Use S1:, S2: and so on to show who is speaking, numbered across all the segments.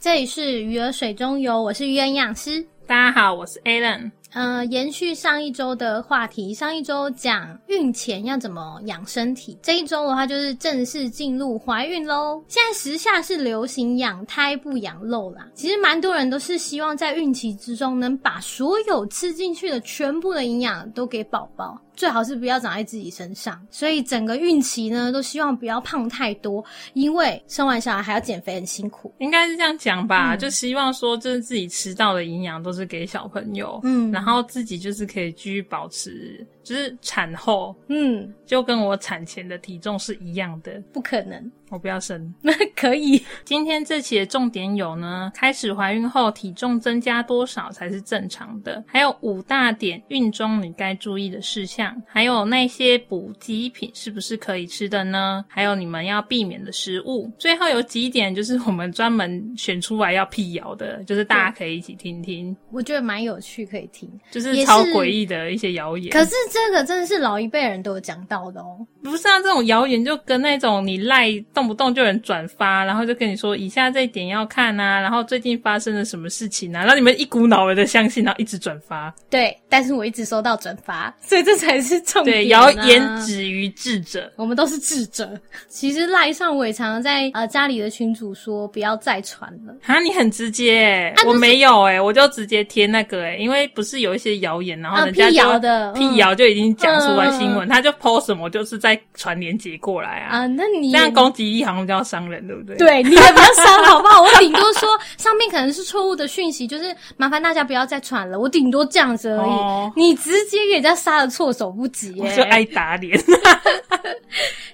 S1: 这里是鱼儿水中游，我是鱼儿营养师。
S2: 大家好，我是 Alan。
S1: 呃，延续上一周的话题，上一周讲孕前要怎么养身体，这一周的话就是正式进入怀孕喽。现在时下是流行养胎不养肉啦，其实蛮多人都是希望在孕期之中能把所有吃进去的全部的营养都给宝宝。最好是不要长在自己身上，所以整个孕期呢，都希望不要胖太多，因为生完小孩还要减肥，很辛苦。
S2: 应该是这样讲吧，
S1: 嗯
S2: 就希望说，就是自己吃到的营养都是给小朋友，
S1: 嗯
S2: 然后自己就是可以继续保持，就是产后
S1: 嗯，
S2: 就跟我产前的体重是一样的。
S1: 不可能，
S2: 我不要生。
S1: 可以。
S2: 今天这期的重点有呢，开始怀孕后体重增加多少才是正常的，还有五大点孕中你该注意的事项，还有那些补给品是不是可以吃的呢？还有你们要避免的食物。最后有几点就是我们专门选出来要辟谣的，就是大家可以一起听听，
S1: 我觉得蛮有趣，可以听。
S2: 就是
S1: 也是
S2: 超诡异的一些谣言。
S1: 可是这个真的是老一辈人都有讲到的哦。
S2: 不是啊，这种谣言就跟那种你赖动不动就有人转发，然后就跟你说以下这一点要看啊，然后最近发生了什么事情啊，然后你们一股脑儿的相信，然后一直转发。
S1: 对，但是我一直收到转发， 所以这才是重点、啊。
S2: 对，谣言止于智者。
S1: 我们都是智者。其实赖上我也常常在呃家里的群主说不要再传了。
S2: 啊，你很直接、欸，
S1: 啊就是
S2: 我没有哎、我就直接贴那个哎、因为不是有一些谣言，然后
S1: 啊
S2: 人家就
S1: 辟谣的嗯
S2: 辟谣就已经讲出来新
S1: 嗯
S2: 闻，他就 PO 什么就是在传链接过来啊，
S1: 啊，那你
S2: 这
S1: 也
S2: 样攻击力好像比较伤人，对不对？
S1: 对，你也不要删好不好？我顶多说上面可能是错误的讯息，就是麻烦大家不要再传了。我顶多这样子而已。
S2: 哦
S1: 你直接给人家杀的措手不及、耶
S2: 我就爱打 脸。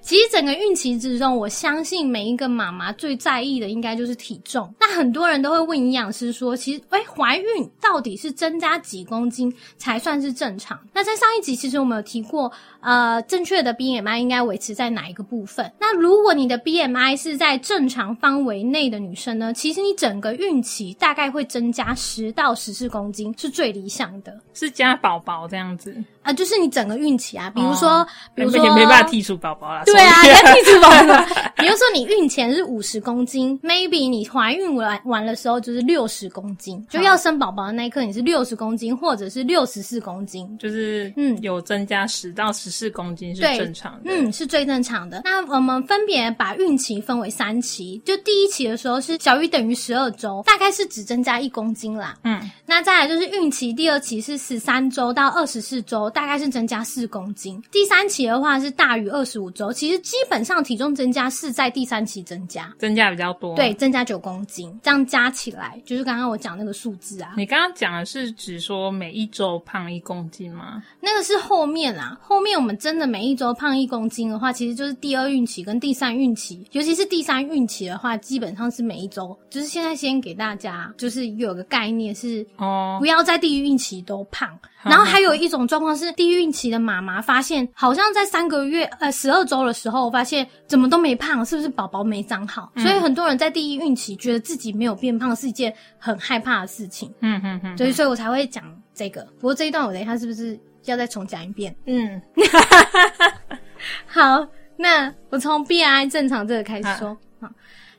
S1: 其实整个孕期之中，我相信每一个妈妈最在意的应该就是体重。那很多人都会问营养师说，其实哎，怀孕到底是增加几公斤才算是正常？那在上一集其实我们有提过，呃，正确的 BMI 应该维持在哪一个部分？那如果你的 BMI 是在正常范围内的女生呢，其实你整个孕期大概会增加十到十四公斤是最理想的。
S2: 是加宝宝这样子，
S1: 啊，就是你整个孕期啊，比如说，比如
S2: 哦没
S1: 说啊
S2: 也没办法剔除宝宝啦。
S1: 对啊，
S2: sorry
S1: 你要记住宝宝。 比如说你孕前是五十公斤，maybe 你怀孕完完的时候就是六十公斤，就要生宝宝的那一刻你是六十公斤或者是六十四公斤。
S2: 就是
S1: 嗯
S2: 嗯，有增加十到十四公斤是
S1: 对
S2: 正常的。
S1: 嗯，是最正常的。那我们分别把孕期分为三期，就第一期的时候是小于等于十二周，大概是只增加一公斤啦。
S2: 嗯，
S1: 那再来就是孕期，第二期是十三周到二十四周，大概是增加四公斤。第三期的话是大于二十五周，其实基本上体重增加是在第三期增加，
S2: 增加比较多。
S1: 对，，增加九公斤，这样加起来就是刚刚我讲那个数字啊，
S2: 你刚刚讲的是指说每一周胖一公斤吗？
S1: 那个是后面啦。后面我们真的每一周胖一公斤的话，其实就是第二孕期跟第三孕期，尤其是第三孕期的话，基本上是每一周。就是现在先给大家就是有个概念是
S2: 哦
S1: 不，要在第一孕期都胖。然后还有一种状况是，第一孕期的妈妈发现，好像在三个月呃十二周的时候，发现怎么都没胖，是不是宝宝没长好？
S2: 嗯
S1: 所以很多人在第一孕期觉得自己没有变胖是一件很害怕的事情，
S2: 嗯嗯嗯，
S1: 所以所以我才会讲这个。不过这一段我等一下是不是要再重讲一遍？
S2: 嗯，
S1: 好，那我从 B I 正常这个开始说。好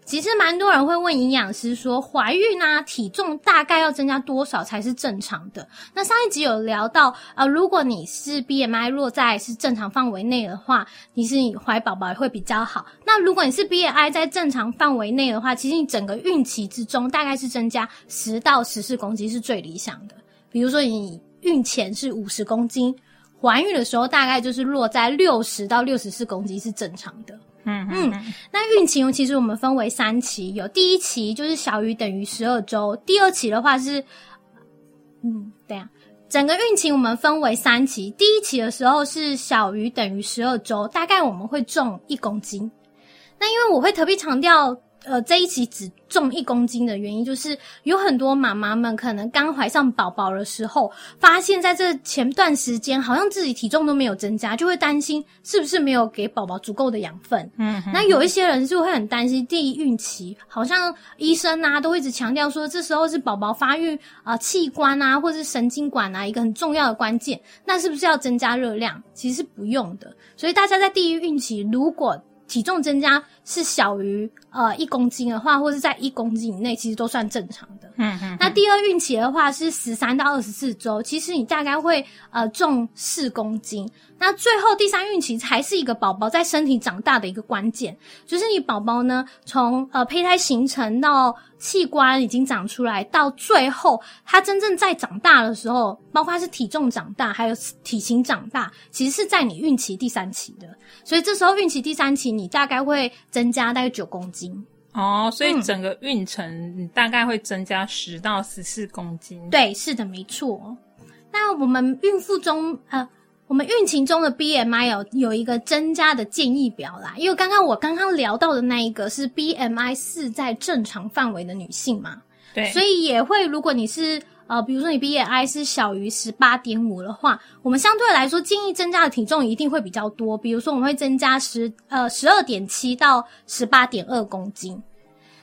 S1: 其实蛮多人会问营养师说，怀孕啊，体重大概要增加多少才是正常的？那上一集有聊到，呃，如果你是 BMI 落在是正常范围内的话，你是你怀宝宝会比较好。那如果你是 BMI 在正常范围内的话，其实你整个孕期之中大概是增加十到十四公斤是最理想的。比如说你孕前是五十公斤，怀孕的时候大概就是落在六十到六十四公斤是正常的。
S2: 嗯嗯
S1: 那孕期其实我们分为三期，有第一期就是小于等于十二周，第二期的话是，嗯，对啊，整个孕期我们分为三期，第一期的时候是小于等于十二周，大概我们会重一公斤。那因为我会特别强调，呃，这一期只重一公斤的原因，就是有很多妈妈们可能刚怀上宝宝的时候，发现在这前段时间好像自己体重都没有增加，就会担心是不是没有给宝宝足够的养分。
S2: 嗯
S1: 那有一些人就会很担心第一孕期，好像医生啊都会一直强调说，这时候是宝宝发育啊、呃器官啊或是神经管啊一个很重要的关键。那是不是要增加热量？其实是不用的。所以大家在第一孕期如果体重增加是小于呃一公斤的话，或是在一公斤以内，其实都算正常的。
S2: 嗯嗯，
S1: 那第二孕期的话是十三到二十四周，其实你大概会呃重四公斤。那最后第三孕期才是一个宝宝在身体长大的一个关键，就是你宝宝呢从呃胚胎形成到器官已经长出来，到最后他真正在长大的时候，包括是体重长大，还有体型长大，其实是在你孕期第三期的。所以这时候孕期第三期你大概会增加大概九公斤。
S2: 哦，所以整个运程你大概会增加十到十四公斤。
S1: 对，是的，没错。哦那我们孕妇中，呃，我们孕情中的 BMI 有有一个增加的建议表啦，因为刚刚我刚刚聊到的那一个是 BMI 是在正常范围的女性嘛，
S2: 对，
S1: 所以也会，如果你是呃，比如说你 BMI 是小于十八点五的话，我们相对来说建议增加的体重一定会比较多，比如说我们会增加十呃十二点七到十八点二公斤。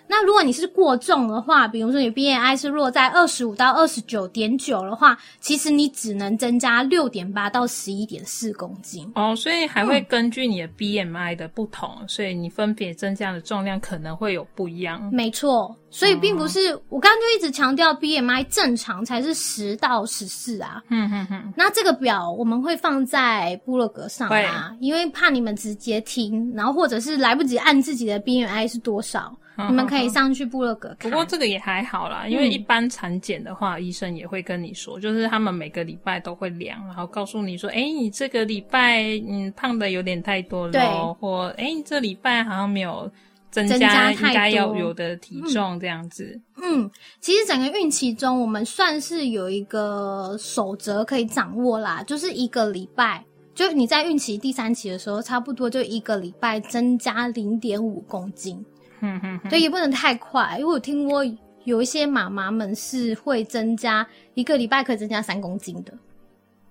S1: 那如果你是过重的话，比如说你 BMI 是落在二十五到二十九点九的话，其实你只能增加六点八到十一点四公斤。
S2: 哦，所以还
S1: 嗯
S2: 会根据你的 BMI 的不同，所以你分别增加的重量可能会有不一样。
S1: 没错，所以并不是、我刚刚就一直强调 BMI 正常才是十到十四啊。
S2: 嗯嗯嗯，
S1: 那这个表我们会放在部落格上啊，因为怕你们直接听，然后或者是来不及按自己的 BMI 是多少，
S2: 嗯
S1: 你们可以上去部落格
S2: 不
S1: 看。
S2: 过这个也还好啦，
S1: 嗯
S2: 因为一般产检的话，医生也会跟你说，就是他们每个礼拜都会量，然后告诉你说，哎，你这个礼拜嗯胖的有点太多
S1: 对
S2: 了，或哎你这礼拜好像没有增
S1: 增加
S2: 应
S1: 太
S2: 该要
S1: 多
S2: 有的体重这样子。
S1: 嗯，其实整个孕期中，我们算是有一个守则可以掌握啦，就是一个礼拜，就你在孕期第三期的时候，差不多就一个礼拜增加零点五公斤，
S2: 嗯嗯嗯，
S1: 对，也不能太快，因为我听过有一些妈妈们是会增加一个礼拜可以增加三公斤的。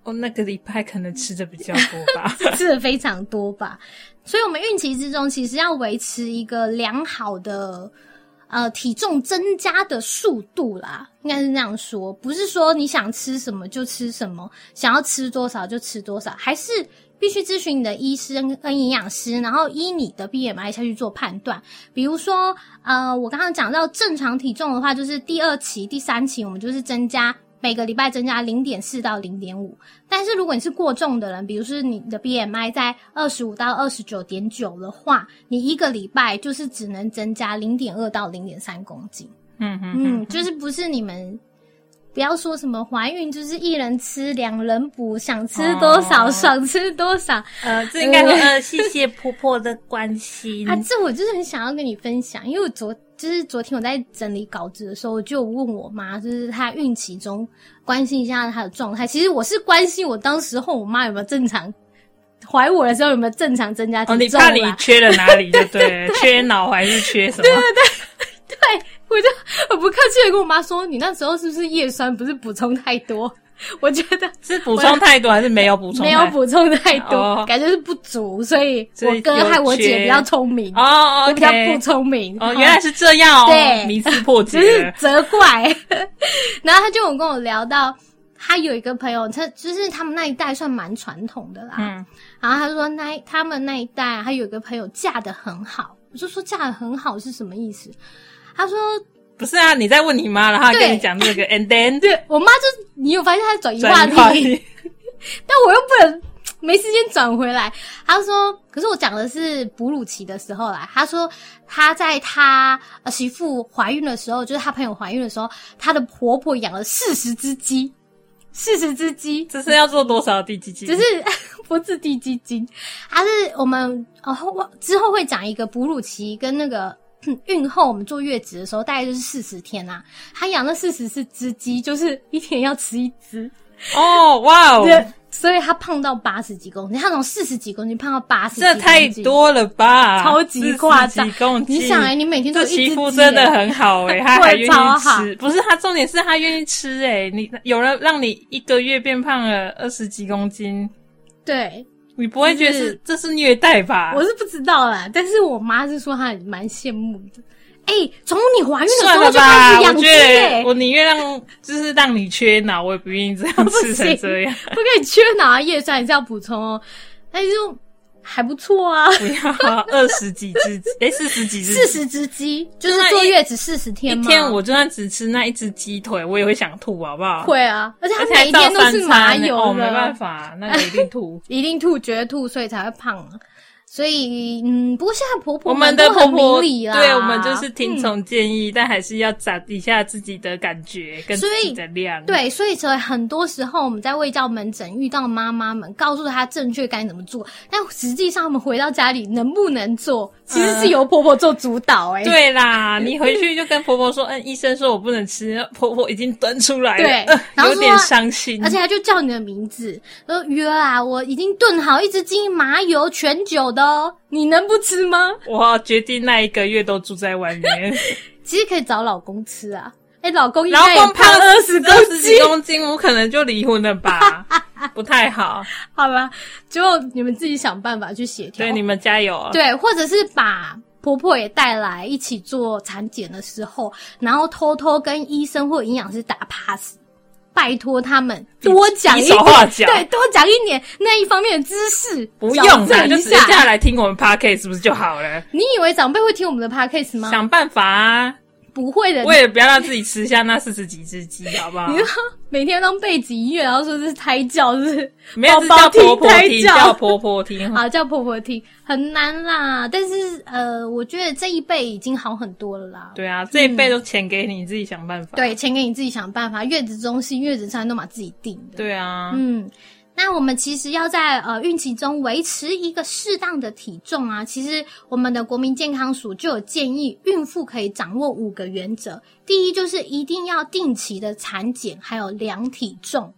S2: 哦，那个礼拜可能吃的比较多吧。
S1: 吃的非常多吧。所以，我们孕期之中其实要维持一个良好的呃体重增加的速度啦，应该是那样说，不是说你想吃什么就吃什么，想要吃多少就吃多少，还是必须咨询你的医生跟营养师，然后依你的 BMI 下去做判断。比如说，呃，我刚刚讲到正常体重的话，就是第二期、第三期，我们就是增加每个礼拜增加零点四到零点五。但是如果你是过重的人，比如说你的 BMI 在二十五到二十九点九的话，你一个礼拜就是只能增加零点二到零点三公斤。
S2: 嗯嗯嗯，
S1: 嗯，就是不是你们。不要说什么怀孕就是一人吃两人补，想吃多少、
S2: 哦
S1: 爽吃多少，
S2: 呃，这应该会呃，谢谢婆婆的关心。
S1: 啊，这我就是很想要跟你分享，因为我昨就是昨天我在整理稿子的时候，我就问我妈，就是她孕期中关心一下她的状态。其实我是关心我当时候我妈有没有正常怀我的时候有没有正常增加体
S2: 哦，你
S1: 重
S2: 怕你
S1: 啦。
S2: 缺了哪里就 对了，缺脑还是缺什么？
S1: 对，我就很不客气的跟我妈说，你那时候是不是叶酸不是补充太多？ 我觉得
S2: 是补充太多还是没有补充？
S1: 没有。补充太多，
S2: 哦
S1: 感觉是不足，所以
S2: 所以
S1: 我哥
S2: 有
S1: 害我姐
S2: 缺
S1: 比较聪明，
S2: 哦
S1: 我比较不
S2: ，OK。
S1: 聪明。
S2: 哦，
S1: 嗯
S2: 原来是这样哦，
S1: 对
S2: 迷思破解
S1: 只是。责怪。 然后他就有跟我聊到，他有一个朋友，他就是他们那一代算蛮传统的啦。
S2: 嗯，
S1: 然后他说那一他们那一代啊，他有一个朋友嫁的很好，我就说嫁的很好是什么意思？他说
S2: 不是啊，你在问你妈，然后她跟
S1: 对
S2: 你讲这个，and then
S1: 对我妈就你有发现她转移话
S2: 转移话
S1: 题，
S2: 题。
S1: 但我又不能没时间转回来。他说，可是我讲的是哺乳期的时候啦。他说他在他呃媳妇怀孕的时候，就是他朋友怀孕的时候，她的婆婆养了四十只鸡，四十只鸡。
S2: 这是要做多少第几集？
S1: 只是不是地基金，它是我们哦后之后会讲一个哺乳期跟那个 嗯孕后，我们坐月子的时候大概就是四十天啊。她养了四十四只鸡，就是一天要吃一只，
S2: 哦，哇
S1: 对
S2: 哦，，
S1: 所以他胖到八十几公斤，他从四十几公斤胖到八十，
S2: 这太，多了吧？
S1: 超级夸张
S2: 40几公斤
S1: 你想哎、你每天都
S2: 这
S1: 有一只
S2: 媳妇
S1: 鸡
S2: 真的
S1: 耶
S2: 很好哎、她还愿
S1: 对超
S2: 意
S1: 好
S2: 吃，不是她重点是她愿意吃哎、你有人让你一个月变胖了二十几公斤，
S1: 对，
S2: 你不会觉得
S1: 就是是
S2: 这是虐待吧？
S1: 我是不知道啦，但是我妈是说她很蛮羡慕的。哎、从你怀孕的
S2: 算
S1: 时
S2: 了
S1: 候就
S2: 吧
S1: 开，始
S2: 我
S1: 养鸡
S2: 觉得
S1: 耶，
S2: 我宁愿让就是让你缺脑，我也不愿意这样吃成这样。
S1: 不可以缺哪啊叶酸，也是要补充哦。但是就还不错 啊，
S2: 不要二十几只鸡，哎，四十几只鸡，
S1: 四十只鸡就是
S2: 那一
S1: 坐月子四十天
S2: 一
S1: 嘛，
S2: 天我就算只吃那一只鸡腿，我也会想吐，好不好？
S1: 会啊，而且它
S2: 而且
S1: 每
S2: 还
S1: 一
S2: 照
S1: 天都
S2: 三
S1: 是
S2: 餐
S1: 麻
S2: 呢
S1: 油
S2: 哦，
S1: 的，啊
S2: 没办法，那个一
S1: 。
S2: 定吐
S1: 一定吐，绝对吐，所以才会胖啊。所以，嗯，不过现在婆婆
S2: 我们
S1: 都
S2: 的婆
S1: 很明
S2: 婆
S1: 理啦，嗯
S2: 对我们就是听从建议，但还是要找一下自己的感觉跟自
S1: 所以
S2: 己的量。，
S1: 嗯对，所以所以很多时候我们在卫教门诊遇到妈妈们，告诉她正确该怎么做，但实际上我们回到家里能不能做，其实是由婆婆做主导、哎、
S2: 嗯对啦，你回去就跟婆婆说，嗯，医生说我不能吃，婆婆已经端出来了，
S1: 对
S2: 呃
S1: 然后
S2: 有点
S1: 说
S2: 伤心，
S1: 而且她就叫你的名字，说约啊，我已经炖好一只鸡麻油全酒的哦，你能不吃吗？
S2: 我决定那一个月都住在外面，
S1: 其实可以找老公吃啊，哎、老公应
S2: 然后
S1: 该也
S2: 光
S1: 胖二十公
S2: 二十
S1: 斤
S2: 几，公斤，我可能就离婚了吧， 不太好。
S1: 好吧，结果你们自己想办法去协调。
S2: 对，你们加油。
S1: 对，或者是把婆婆也带来一起做产检的时候，然后偷偷跟医生或营养师打 pass，拜托他们多讲一
S2: 比手
S1: 点，
S2: 画脚
S1: 对，多讲一点那一方面的知识，
S2: 不
S1: 矫
S2: 用啦，
S1: 正
S2: 就
S1: 一
S2: 直接下
S1: 下。
S2: 来听我们 podcast 是不是就好了？
S1: 你以为长辈会听我们的 podcast 吗？
S2: 想办法啊，
S1: 不会的，
S2: 为了不要让自己吃下那四十几只鸡，好 不好
S1: 你？说每天当背景音乐，然后说这是胎教，是不是？
S2: 没有是
S1: 宝宝
S2: 叫婆婆
S1: 听胎
S2: 听，
S1: 教
S2: 叫婆 婆听。
S1: 啊，叫婆婆听很难啦，但是呃，我觉得这一辈已经好很多了啦。
S2: 对啊，这一辈都钱给你，你自己想办法。
S1: 对，钱给你自己想办法，月子中心、月子餐都嘛自己定的。，
S2: 对啊，
S1: 嗯，那我们其实要在呃孕期中维持一个适当的体重啊，其实我们的国民健康署就有建议，孕妇可以掌握五个原则。第一就是一定要定期的产检，还有量体重。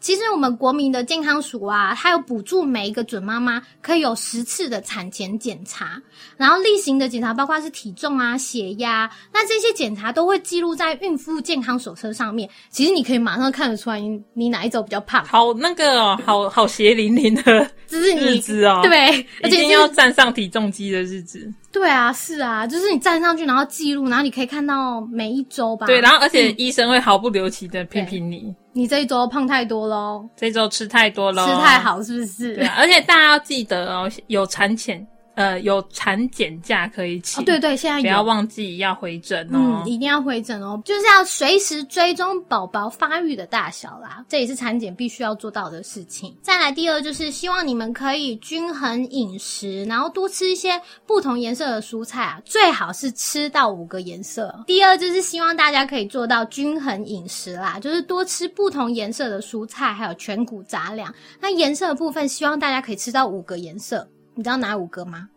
S1: 其实我们国民的健康署啊，它有补助每一个准妈妈可以有十次的产前检查，然后例行的检查包括是体重啊、血压，那这些检查都会记录在孕妇健康手册上面。其实你可以马上看得出来你你哪一周比较胖，
S2: 好那个哦，好好血淋淋的
S1: 这是
S2: 日
S1: 你
S2: 子哦，，
S1: 对，而
S2: 一
S1: 且
S2: 定
S1: 就
S2: 要
S1: 是
S2: 站上体重机的日子。
S1: 对啊，是啊，就是你站上去然后记录，然后你可以看到每一周吧。嗯
S2: 对，然后而且医生会毫不留情的批评你，
S1: 你这一周胖太多喽，
S2: 这周吃太多
S1: 吃
S2: 了，
S1: 太。好是不是？
S2: 对啊，而且大家要记得哦，有产检，呃，有产检假可以请。
S1: 哦，对对，现在
S2: 不要
S1: 有。
S2: 忘记要回诊哦
S1: 嗯，。一定要回诊哦，就是要随时追踪宝宝发育的大小啦，这也是产检必须要做到的事情。再来第二就是希望你们可以均衡饮食，然后多吃一些不同颜色的蔬菜啊，最好是吃到五个颜色。第二就是希望大家可以做到均衡饮食啦，就是多吃不同颜色的蔬菜，还有全谷杂粮。那颜色的部分，希望大家可以吃到五个颜色，你知道哪五个吗？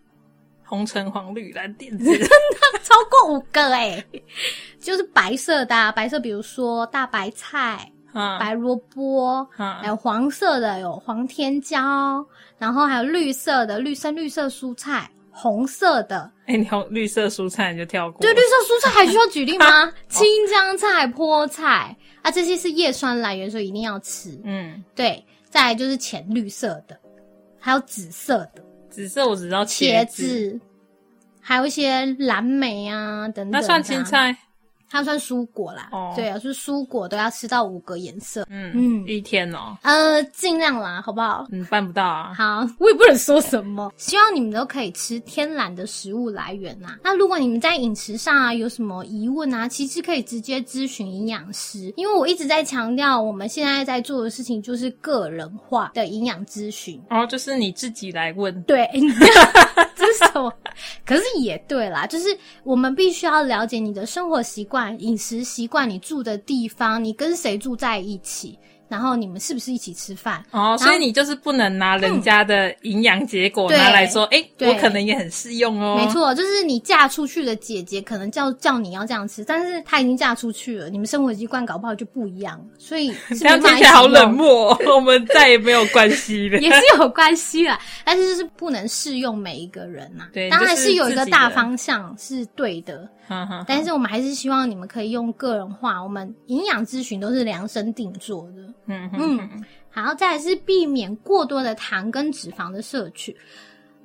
S2: 红橙黄绿蓝靛 紫，
S1: 超过五个哎、 就是白色的、啊，白色比如说大白菜、
S2: 啊
S1: 白萝卜，还
S2: 啊，
S1: 有黄色的有黄天椒，然后还有绿色的绿深绿色蔬菜，红色的，
S2: 哎，你红绿色蔬菜你就跳过，
S1: 对绿色蔬菜还需要举例 吗？青江菜、菠菜啊，这些是叶酸来源，所以一定要吃。
S2: 嗯，
S1: 对，再来就是浅绿色的，还有紫色的
S2: 紫色我只知道茄
S1: 茄，子，还有一些蓝莓啊等等、啊。
S2: 那算青菜，
S1: 它算蔬果啦，
S2: 哦
S1: 对啊，就是蔬果都要吃到五个颜色，
S2: 嗯
S1: 嗯
S2: 一天哦，
S1: 呃，尽量啦，好不好？
S2: 嗯，办不到啊，
S1: 好，我也不能说什么。希望你们都可以吃天然的食物来源呐、那如果你们在饮食上啊有什么疑问啊，其实可以直接咨询营养师，因为我一直在强调，我们现在在做的事情就是个人化的营养咨询。
S2: 然后就是你自己来问，
S1: 对， 你这是什么？可是也对啦，就是我们必须要了解你的生活习惯、饮食习惯、你住的地方、你跟谁住在一起，然后你们是不是一起吃饭？
S2: 哦，所以你就是不能拿人家的营养结果拿来说，哎，
S1: 嗯对
S2: 我可能也很适用哦，
S1: 没，错，就是你嫁出去的姐姐可能叫叫你要这样吃，但是她已经嫁出去了，你们生活习惯搞不好就不一样了，所以是
S2: 这样
S1: 没办法
S2: 听起来好
S1: 一起用
S2: 冷漠哦，我们再也没有关系了，
S1: 也是有关系啦，但是就是不能适用每一个人呐、
S2: 对
S1: 当然
S2: 就是
S1: 是有一
S2: 自
S1: 个
S2: 己
S1: 大
S2: 的
S1: 方向是对的，
S2: 哈哈，嗯
S1: 但是我们还是希望你们可以用个人化，我们营养咨询都是量身定做的。
S2: 嗯嗯
S1: 嗯，好，再来是避免过多的糖跟脂肪的摄取。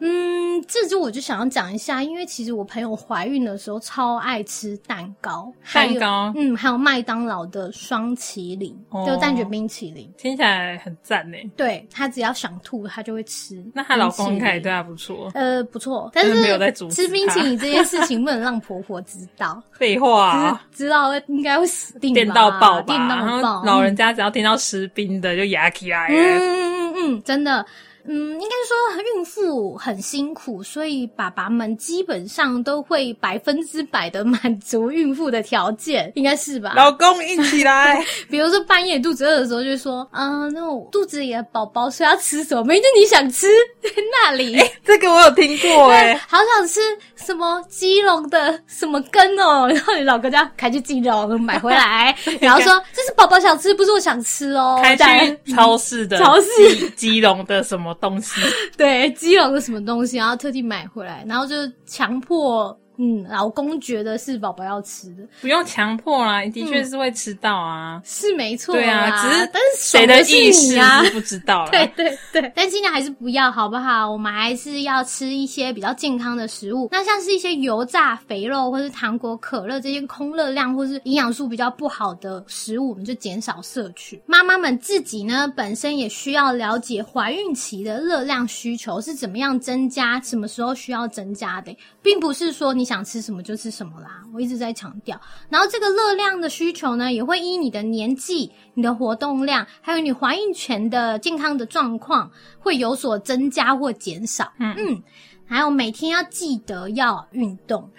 S1: 嗯，这就我就想要讲一下，因为其实我朋友怀孕的时候超爱吃蛋糕，还
S2: 蛋
S1: 有
S2: 糕
S1: 嗯，还有麦当劳的双麒麟，
S2: 哦
S1: 就蛋卷冰淇淋。
S2: 听起来很赞呢。
S1: 对她只要想吐，她就会吃。
S2: 那她老公应该也
S1: 冰淇淋
S2: 对她不错。
S1: 呃，不错，但是
S2: 没有在阻止
S1: 吃冰淇
S2: 她
S1: 淋这件事情不能让婆婆知道，
S2: 废话
S1: 就是
S2: 啊，
S1: 知道会应该会死定吧
S2: 电到爆吧！
S1: 电到
S2: 然后
S1: 爆。
S2: 老人家只要听到吃冰的就牙起来了。
S1: 嗯嗯嗯嗯，真的，嗯，应该说孕妇很辛苦，所以爸爸们基本上都会百分之百的满足孕妇的条件，应该是吧？
S2: 老公硬起来，
S1: 比如说半夜肚子饿的时候，就说，嗯、那我肚子里的宝宝说要吃什么，明明就你想吃 那里。
S2: 这个我有听过
S1: 对，
S2: 哎。
S1: 好想吃什么鸡茸的什么根哦， 然后你老公就要开去鸡茸买回 来，然后说这是宝宝想吃，不是我想吃哦。
S2: 开
S1: 这样
S2: 去超市的
S1: 超市
S2: 鸡鸡笼的什么东西？
S1: 对，基隆的什么东西，然后特地买回来，然后就强迫，嗯，老公觉得是宝宝要吃的，
S2: 不用强迫啦，的
S1: 嗯
S2: 确是会吃到啊。
S1: 是没错啦
S2: 对啊，只
S1: 但是
S2: 谁
S1: 爽的是
S2: 意识
S1: 你啊
S2: 是。不知道啦。
S1: 对对对，但尽量还是不要，好不好？我们还是要吃一些比较健康的食物。那像是一些油炸、肥肉或是糖果、可乐这些空热量或是营养素比较不好的食物，我们就减少摄取。妈妈们自己呢，本身也需要了解怀孕期的热量需求是怎么样增加，什么时候需要增加的，并不是说你想吃什么就吃什么啦。我一直在强调。然后这个热量的需求呢，也会依你的年纪、你的活动量，还有你怀孕前的健康的状况，会有所增加或减少。
S2: 嗯
S1: 还有每天要记得要运动，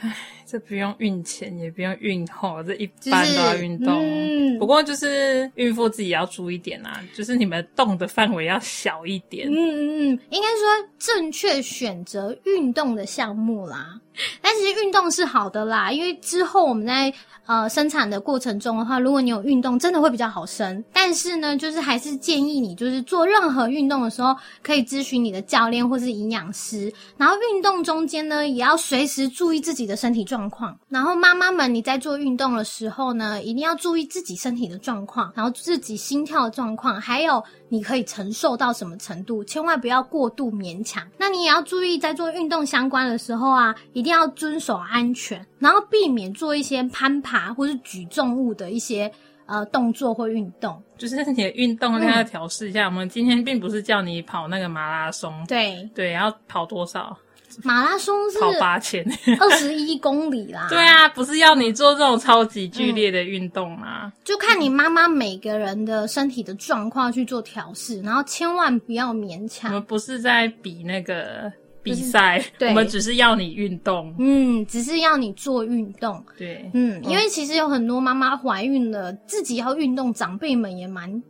S2: 这不用孕前，也不用孕后，这一
S1: 就是
S2: 般都要运动。
S1: 嗯
S2: 不过就是孕妇自己也要注意点啊，就是你们动的范围要小一点。
S1: 嗯嗯嗯，应该说正确选择运动的项目啦。但其实运动是好的啦，因为之后我们在呃生产的过程中的话，如果你有运动，真的会比较好生。但是呢，就是还是建议你，就是做任何运动的时候，可以咨询你的教练或是营养师。然后运动中间呢，也要随时注意自己的身体状况。然后妈妈们，你在做运动的时候呢，一定要注意自己身体的状况，然后自己心跳的状况，还有你可以承受到什么程度，千万不要过度勉强。那你也要注意，在做运动相关的时候啊，一定要遵守安全，然后避免做一些攀爬或是举重物的一些呃动作或运动。
S2: 就是你的运
S1: 嗯
S2: 动量要调试一下。我们今天并不是叫你跑那个马拉松，
S1: 对，
S2: 对，要跑多少？
S1: 马拉松是
S2: 跑八千。
S1: 二十一公里啦。
S2: 对啊，不是要你做这种超级
S1: 嗯
S2: 剧烈的运动啊。
S1: 就看你妈妈每个人的身体的状况去做调试，然后千万不要勉
S2: 我
S1: 强。
S2: 们不是在比那个比赛，
S1: 对
S2: 我们只是要你运动。
S1: 嗯，只是要你做运动。
S2: 对，
S1: 嗯，因为其实有很多妈妈怀孕了，自己要运动，长辈们也蛮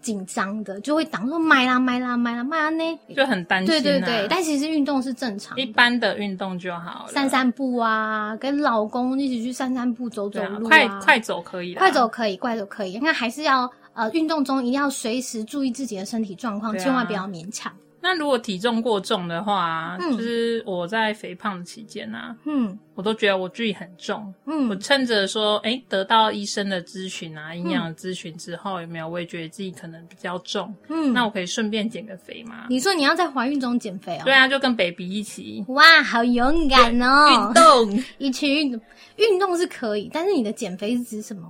S1: 紧张的，就会挡说买啦买啦买啦买啦呢。
S2: 就很担心、啊。
S1: 对对对，但其实运动是正常的
S2: 一般的运动就好了。
S1: 散散步啊，跟老公一起去散散步、走走
S2: 对啊，
S1: 路、啊
S2: 快快走可以啦，
S1: 快走可以，快走可以，那还是要呃运动中一定要随时注意自己的身体状况，
S2: 对啊
S1: 千万不要勉强。
S2: 那如果体重过重的话，
S1: 嗯
S2: 就是我在肥胖的期间啊，
S1: 嗯
S2: 我都觉得我自己很重。
S1: 嗯，
S2: 我趁着说，哎、得到医生的咨询啊，营养的咨询之后，有没有我也觉得自己可能比较重，
S1: 嗯，
S2: 那我可以顺便减个肥吗？
S1: 你说你要在怀孕中减肥哦？
S2: 对，啊，就跟 baby 一起
S1: 哇，好勇敢哦
S2: 运！动。
S1: 一起运动，运动是可以，但是你的减肥是指什么？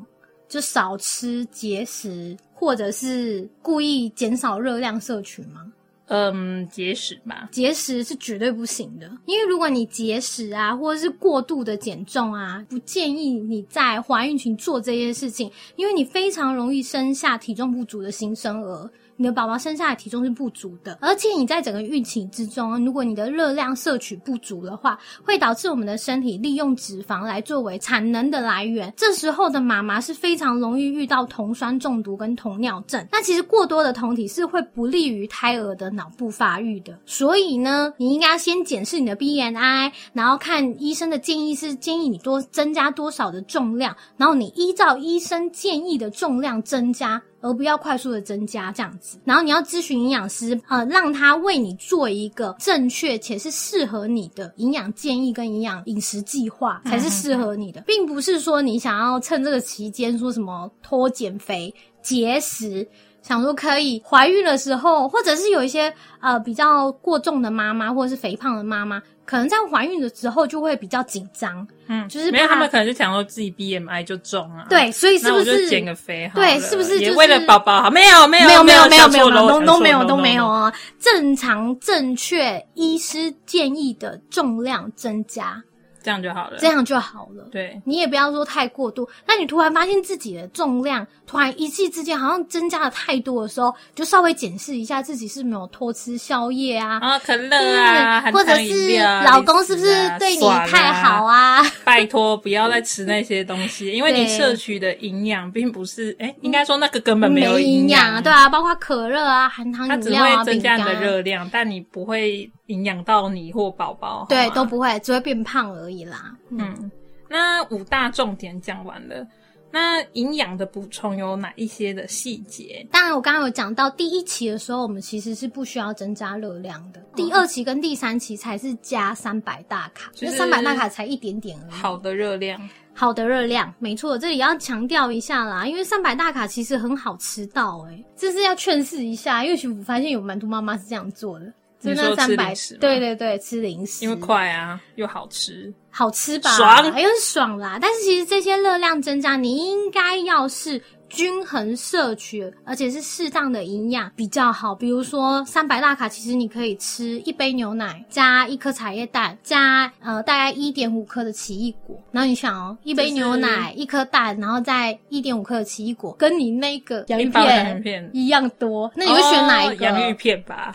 S1: 就少吃、节食，或者是故意减少热量摄取吗？
S2: 嗯，节食吧。
S1: 节食是绝对不行的，因为如果你节食啊，或者是过度的减重啊，不建议你在怀孕群做这些事情，因为你非常容易生下体重不足的新生儿。你的宝宝生下的体重是不足的，而且你在整个孕期之中，如果你的热量摄取不足的话，会导致我们的身体利用脂肪来作为产能的来源。这时候的妈妈是非常容易遇到酮酸中毒跟酮尿症。那其实过多的酮体是会不利于胎儿的脑部发育的。所以呢，你应该要先检视你的 BMI，然后看医生的建议是建议你多增加多少的重量，然后你依照医生建议的重量增加。而不要快速的增加这样子。然后你要咨询营养师，呃，让他为你做一个正确且是适合你的营养建议跟营养饮食计划，才是适合你的，并不是说你想要趁这个期间说什么偷减肥、节食。想说可以怀孕的时候，或者是有一些呃比较过重的妈妈，或者是肥胖的妈妈，可能在怀孕的时候就会比较紧张。
S2: 嗯，
S1: 就是
S2: 没有
S1: 怕
S2: 他们可能就想说自己 BMI 就重啊，，
S1: 对，所以是
S2: 那
S1: 不
S2: 我就是减个肥好了，
S1: 对是不是
S2: 也
S1: 就是
S2: 为了宝宝好？没有没
S1: 没有
S2: 没
S1: 没有没有
S2: 想
S1: 没有
S2: 错了我
S1: 都
S2: 想
S1: 都
S2: 错
S1: 没有
S2: 了
S1: 都没有
S2: no, no, no
S1: 啊！正常正确医师建议的重量增加，
S2: 这样就好了。
S1: 这样就好了。
S2: 对，
S1: 你也不要说太过度。那你突然发现自己的重量突然一气之间好像增加了太多的时候，就稍微检视一下自己是没有偷吃宵夜啊，
S2: 啊，可乐啊，
S1: 嗯
S2: 含
S1: 或者
S2: 糖饮
S1: 是
S2: 料啊
S1: 老公是不是
S2: 零食啊
S1: 对你
S2: 爽
S1: 太好啊？
S2: 拜托，不要再吃那些东西，因为你
S1: 对
S2: 摄取的营养并不是，哎、应该说那个根本
S1: 没
S2: 有
S1: 营
S2: 养
S1: 啊，对啊，包括可乐啊、含糖
S2: 它
S1: 饮
S2: 只
S1: 料啊、
S2: 会
S1: 饼
S2: 增加
S1: 干
S2: 你的
S1: 啊，
S2: 热量，但你不会营养到你或宝宝。好
S1: 对
S2: 吗
S1: 都不会，只会变胖而已啦。嗯，
S2: 嗯。那五大重点讲完了，那营养的补充有哪一些的细节？
S1: 当然我刚刚有讲到第一期的时候，我们其实是不需要增加热量的，第二期跟第三期才是加三百大卡，
S2: 就
S1: 那
S2: 是
S1: 三百大卡才一点点而已。
S2: 好的热量，
S1: 好的热量，没错，这里要强调一下啦，因为三百大卡其实很好吃到、欸，这是要劝示一下，因为其实我发现有蛮多妈妈是这样做的，就
S2: 你
S1: 是那
S2: 说吃
S1: 三百
S2: 零食吗，
S1: 对对对，吃零食，
S2: 因为快啊，又好吃，
S1: 好吃吧，
S2: 爽
S1: 因为爽啦。但是其实这些热量增加，你应该要是。均衡摄取，而且是适当的营养比较好。比如说三百大卡，其实你可以吃一杯牛奶，加一颗茶叶蛋，加呃大概一点五克的奇异果。然后你想哦，一杯
S2: 就是
S1: 牛奶，一颗蛋，然后再一点五克的奇异果，跟你那个洋芋
S2: 一包洋芋
S1: 片
S2: 片。
S1: 一样多。那你会选哪一
S2: 哦
S1: 个？
S2: 洋芋 片吧。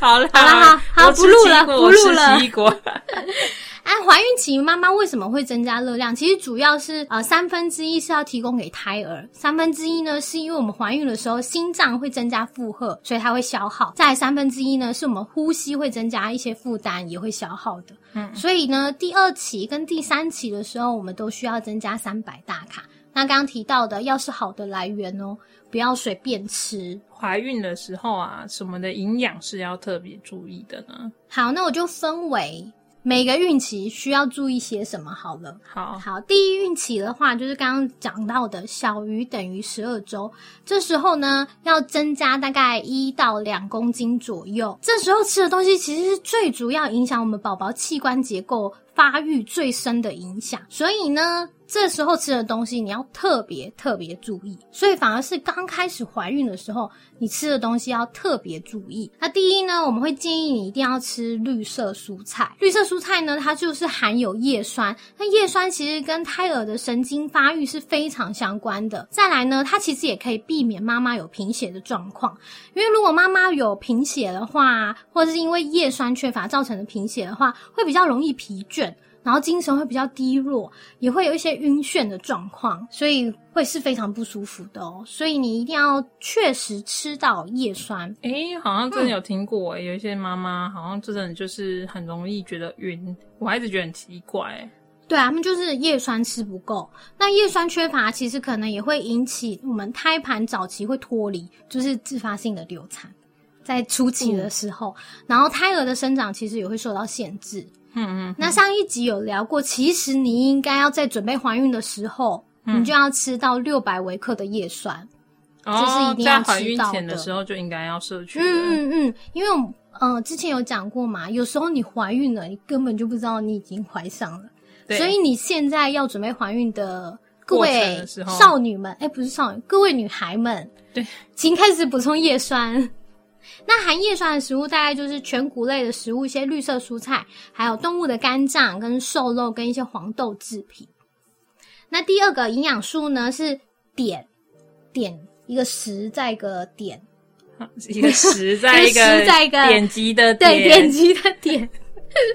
S2: 好啦
S1: 好啦好好
S2: 我吃
S1: 不录了
S2: 奇异果
S1: 不录了
S2: 我吃奇异果
S1: 哎，怀孕期妈妈为什么会增加热量？其实主要是呃三分之一是要提供给胎儿，三分之一呢是因为我们怀孕的时候心脏会增加负荷，所以它会消耗；再来三分之一呢是我们呼吸会增加一些负担，也会消耗的。
S2: 嗯
S1: 所以呢，第二期跟第三期的时候，我们都需要增加三百大卡。那刚刚提到的，要是好的来源哦，不要随便吃。
S2: 怀孕的时候啊，什么的营养是要特别注意的呢？
S1: 好，那我就分为每个孕期需要注意些什么好了。
S2: 好，
S1: 好，第一孕期的话，就是刚刚讲到的小于等于十二周，这时候呢要增加大概一到两公斤左右。这时候吃的东西其实是最主要影响我们宝宝器官结构发育最深的影响，所以呢。这时候吃的东西你要特别特别注意，所以反而是刚开始怀孕的时候，你吃的东西要特别注意。那第一呢，我们会建议你一定要吃绿色蔬菜。绿色蔬菜呢，它就是含有叶酸，那叶酸其实跟胎儿的神经发育是非常相关的。再来呢，它其实也可以避免妈妈有贫血的状况，因为如果妈妈有贫血的话，或者是因为叶酸缺乏造成的贫血的话，会比较容易疲倦。然后精神会比较低落，也会有一些晕眩的状况，所以会是非常不舒服的哦。所以你一定要确实吃到叶酸，
S2: 诶，好像真的有听过、
S1: 嗯
S2: 诶有一些妈妈好像真的就是很容易觉得晕，我还一直觉得很奇怪、诶
S1: 对啊，他们就是叶酸吃不够。那叶酸缺乏其实可能也会引起我们胎盘早期会脱离，就是自发性的流产，在初期的时候，然后胎儿的生长其实也会受到限制。
S2: 嗯嗯，
S1: 那上一集有聊过，其实你应该要在准备怀孕的时候，你就要吃到六百微克的叶酸。这是一
S2: 哦，
S1: 定要
S2: 在怀
S1: 吃
S2: 孕
S1: 到
S2: 前的
S1: 的
S2: 时候就应该要摄取的。
S1: 嗯嗯嗯，因为我们呃之前有讲过嘛，有时候你怀孕了，你根本就不知道你已经怀上了。
S2: 对，
S1: 所以你现在要准备怀孕的各
S2: 过程
S1: 位
S2: 的时候
S1: 少女们，哎，不是少女，各位女孩们，
S2: 对，
S1: 请开始补充叶酸。 那含叶酸的食物大概就是全谷类的食物，一些绿色蔬菜，还有动物的肝脏、跟瘦肉跟一些黄豆制品。那第二个营养素呢是碘，碘一个十再一个碘，
S2: 一个十在一
S1: 十
S2: 个
S1: 在一个
S2: 点击的
S1: 对，
S2: 点
S1: 点击的点。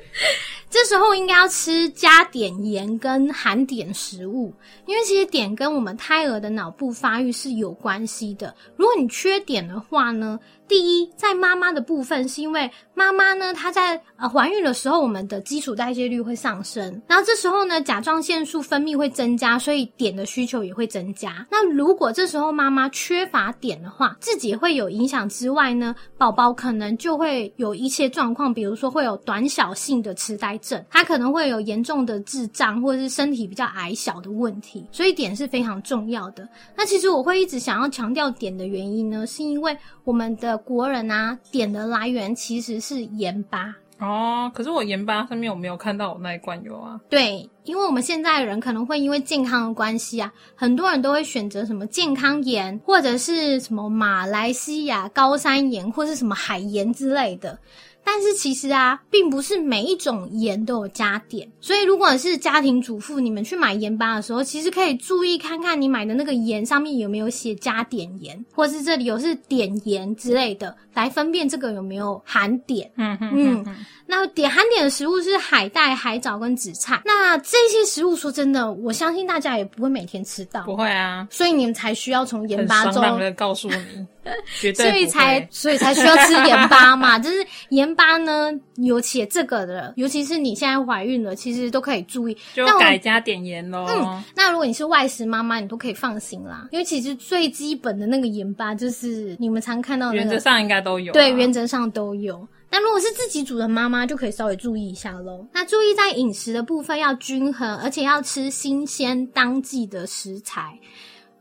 S1: 这时候应该要吃加碘盐跟含碘食物，因为其实碘跟我们胎儿的脑部发育是有关系的。如果你缺碘的话呢，第一，在妈妈的部分，是因为妈妈呢，她在呃怀孕的时候，我们的基础代谢率会上升，然后这时候呢，甲状腺素分泌会增加，所以碘的需求也会增加。那如果这时候妈妈缺乏碘的话，自己会有影响之外呢，宝宝可能就会有一些状况，比如说会有短小性的痴呆症，他可能会有严重的智障或者是身体比较矮小的问题，所以碘是非常重要的。那其实我会一直想要强调碘的原因呢，是因为我们的国人啊，碘的来源其实是盐巴。
S2: 哦，可是我盐巴上面我没有看到我那一罐有啊。
S1: 对，因为我们现在人可能会因为健康的关系啊，很多人都会选择什么健康盐，或者是什么马来西亚高山盐，或是什么海盐之类的。但是其实啊，并不是每一种盐都有加碘，所以如果是家庭主妇，你们去买盐巴的时候，其实可以注意看看你买的那个盐上面有没有写加碘盐，或是这里有是碘盐之类的，来分辨这个有没有含碘。
S2: 嗯哼
S1: 嗯
S2: 嗯哼，
S1: 那点含碘的食物是海带、海藻跟紫菜。那这些食物，说真的，我相信大家也不会每天吃到，
S2: 不会啊，
S1: 所以你们才需要从盐
S2: 很
S1: 巴
S2: 爽
S1: 中，
S2: 朗的告诉你，绝对
S1: 所
S2: 不
S1: 以
S2: 会
S1: 才所以才需要吃盐巴 嘛。就是盐巴呢，有且这个的，尤其是你现在怀孕了，其实都可以注意。
S2: 就
S1: 但我嗯
S2: 改加点盐喽。
S1: 那如果你是外食妈妈，你都可以放心啦，因为其实最基本的那个盐巴就是你们常看到的那
S2: 原则
S1: 个
S2: 上应该都有啊、
S1: 对，原则上都有。但如果是自己煮的妈妈，就可以稍微注意一下喽。那注意在饮食的部分要均衡，而且要吃新鲜当季的食材。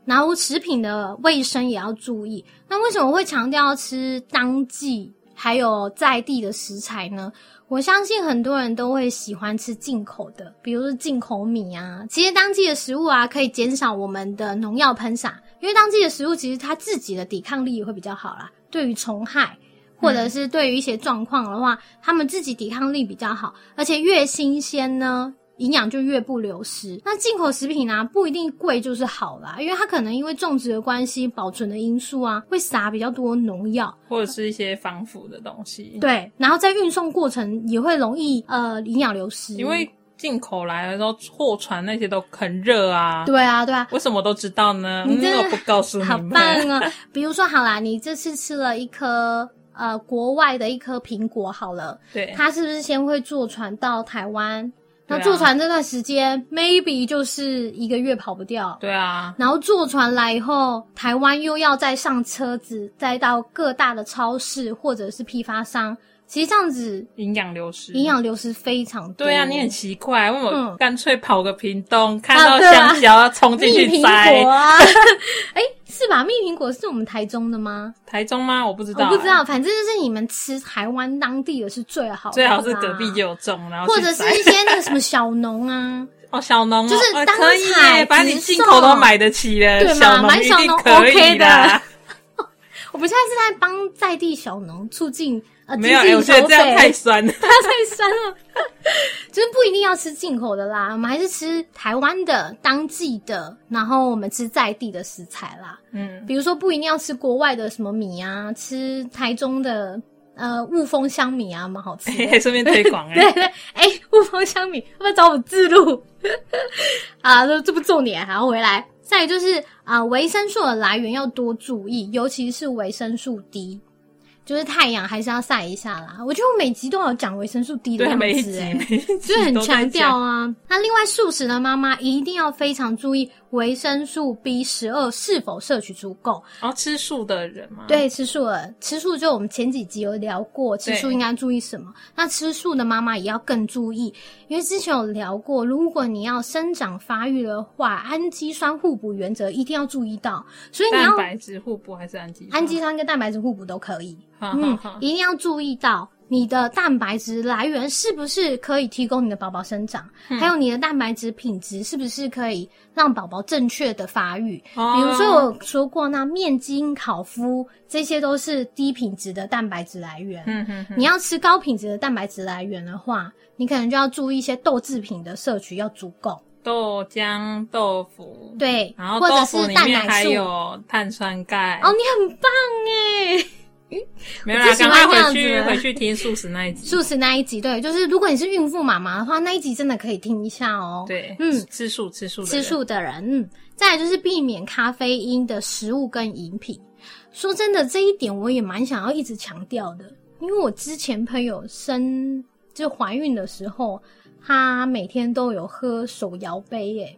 S1: 然后食品的卫生也要注意。那为什么会强调要吃当季还有在地的食材呢？我相信很多人都会喜欢吃进口的，比如说进口米啊。其实当季的食物啊，可以减少我们的农药喷洒，因为当季的食物其实它自己的抵抗力也会比较好啦，对于虫害。或者是对于一些状况的话，他们自己抵抗力比较好，而且越新鲜呢，营养就越不流失。那进口食品啊，不一定贵就是好啦，因为它可能因为种植的关系、保存的因素啊，会撒比较多农药，
S2: 或者是一些防腐的东西。，
S1: 对，然后在运送过程也会容易呃营养流失，
S2: 因为进口来的时候，货船那些都很热啊。
S1: 对啊对啊。
S2: 为什么都知道呢？
S1: 你
S2: 嗯
S1: 真的
S2: 我不告诉你
S1: 好
S2: 们。
S1: 棒啊！比如说，好啦，你这次吃了一颗呃国外的一颗苹果，好了，
S2: 对，
S1: 他是不是先会坐船到台湾？那
S2: 对啊
S1: 坐船这段时间、m a y b e 就是一个月跑不掉。
S2: 对啊，
S1: 然后坐船来以后，台湾又要再上车子，再到各大的超市或者是批发商。其实这样子
S2: 营养流失，
S1: 营养流失非常多。
S2: 对啊，你很奇怪，为什么
S1: 嗯
S2: 干脆跑个屏东，看
S1: 啊
S2: 到
S1: 对啊
S2: 香蕉要冲进
S1: 蜜
S2: 去
S1: 苹
S2: 摘？
S1: 果 啊，哎、是吧？蜜苹果是我们台中的吗？
S2: 台中吗？我不知道、啊
S1: 我不知。道，反正就是你们吃台湾当地的是最好的啦，
S2: 最好是隔壁就有种，然后
S1: 或
S2: 去
S1: 者是
S2: 摘
S1: 一些那个什么小农啊，
S2: 哦小农哦，
S1: 就是
S2: 哦
S1: 当
S2: 可以
S1: 采
S2: 耶，把你
S1: 直
S2: 进口都
S1: 送
S2: 买得起
S1: 对嘛
S2: 了，小农
S1: 买
S2: 一
S1: 小
S2: 定
S1: 农
S2: 可
S1: OK
S2: 以
S1: 的
S2: 啦。
S1: 我们现在是在帮在地小农促进呃
S2: 没有，
S1: 经
S2: 哎，我
S1: 济
S2: 觉得
S1: 消
S2: 这样太
S1: 费，
S2: 酸了。
S1: 它太酸了，就是不一定要吃进口的啦，我们还是吃台湾的当季的，然后我们吃在地的食材啦，
S2: 嗯，
S1: 比如说不一定要吃国外的什么米啊，吃台中的呃雾峰香米啊，蛮好吃的。
S2: 嘿哎顺便推广哎
S1: 对，对，哎、雾峰香米，要不要找我自录？ 啊，这这不重点，还要回来。再来就是啊，维、生素的来源要多注意，尤其是维生素 D，就是太阳还是要晒一下啦。我觉得我每集都有讲维生素 D 的
S2: 对，
S1: 样
S2: 每一
S1: 子、
S2: 集
S1: 哎，
S2: 每一集
S1: 就是很
S2: 都在
S1: 强调
S2: 讲，
S1: 啊。那另外，素食的妈妈一定要非常注意维生素 B 十二是否摄取足够。
S2: 然后哦吃素的人嘛，，
S1: 对，吃素了，吃素就我们前几集有聊过，吃素
S2: 对
S1: 应该注意什么？那吃素的妈妈也要更注意，因为之前有聊过，如果你要生长发育的话，氨基酸互补原则一定要注意到，所以你要
S2: 蛋白质互补还是氨基？
S1: 氨基，酸跟蛋白质互补都可以，
S2: 啊哈哈
S1: 嗯
S2: 哈，。
S1: 一定要注意到。你的蛋白质来源是不是可以提供你的宝宝生长？
S2: 嗯
S1: 还有你的蛋白质品质是不是可以让宝宝正确的发育？比
S2: 比
S1: 如说我有说过，那面筋、烤麸这些都是低品质的蛋白质来源。
S2: 嗯嗯嗯，
S1: 你要吃高品质的蛋白质来源的话，你可能就要注意一些豆制品的摄取要足够，
S2: 豆浆、豆腐，，
S1: 对，
S2: 然后
S1: 或者
S2: 豆腐
S1: 是
S2: 里
S1: 蛋
S2: 面
S1: 奶哦
S2: 还
S1: 素。
S2: 有碳酸钙，
S1: 哦，你很棒哎！
S2: 没有啦，
S1: 我就喜
S2: 赶
S1: 欢
S2: 快
S1: 这样子
S2: 回去回去听素食那一集。
S1: 素食那一集，对，就是如果你是孕妇妈妈的话，那一集真的可以听一下哦。，
S2: 对，
S1: 嗯，
S2: 吃素吃素的
S1: 吃
S2: 人
S1: 素的人，嗯，再来就是避免咖啡因的食物跟饮品。说真的，这一点我也蛮想要一直强调的，因为我之前朋友生就怀孕的时候，她每天都有喝手摇杯、耶，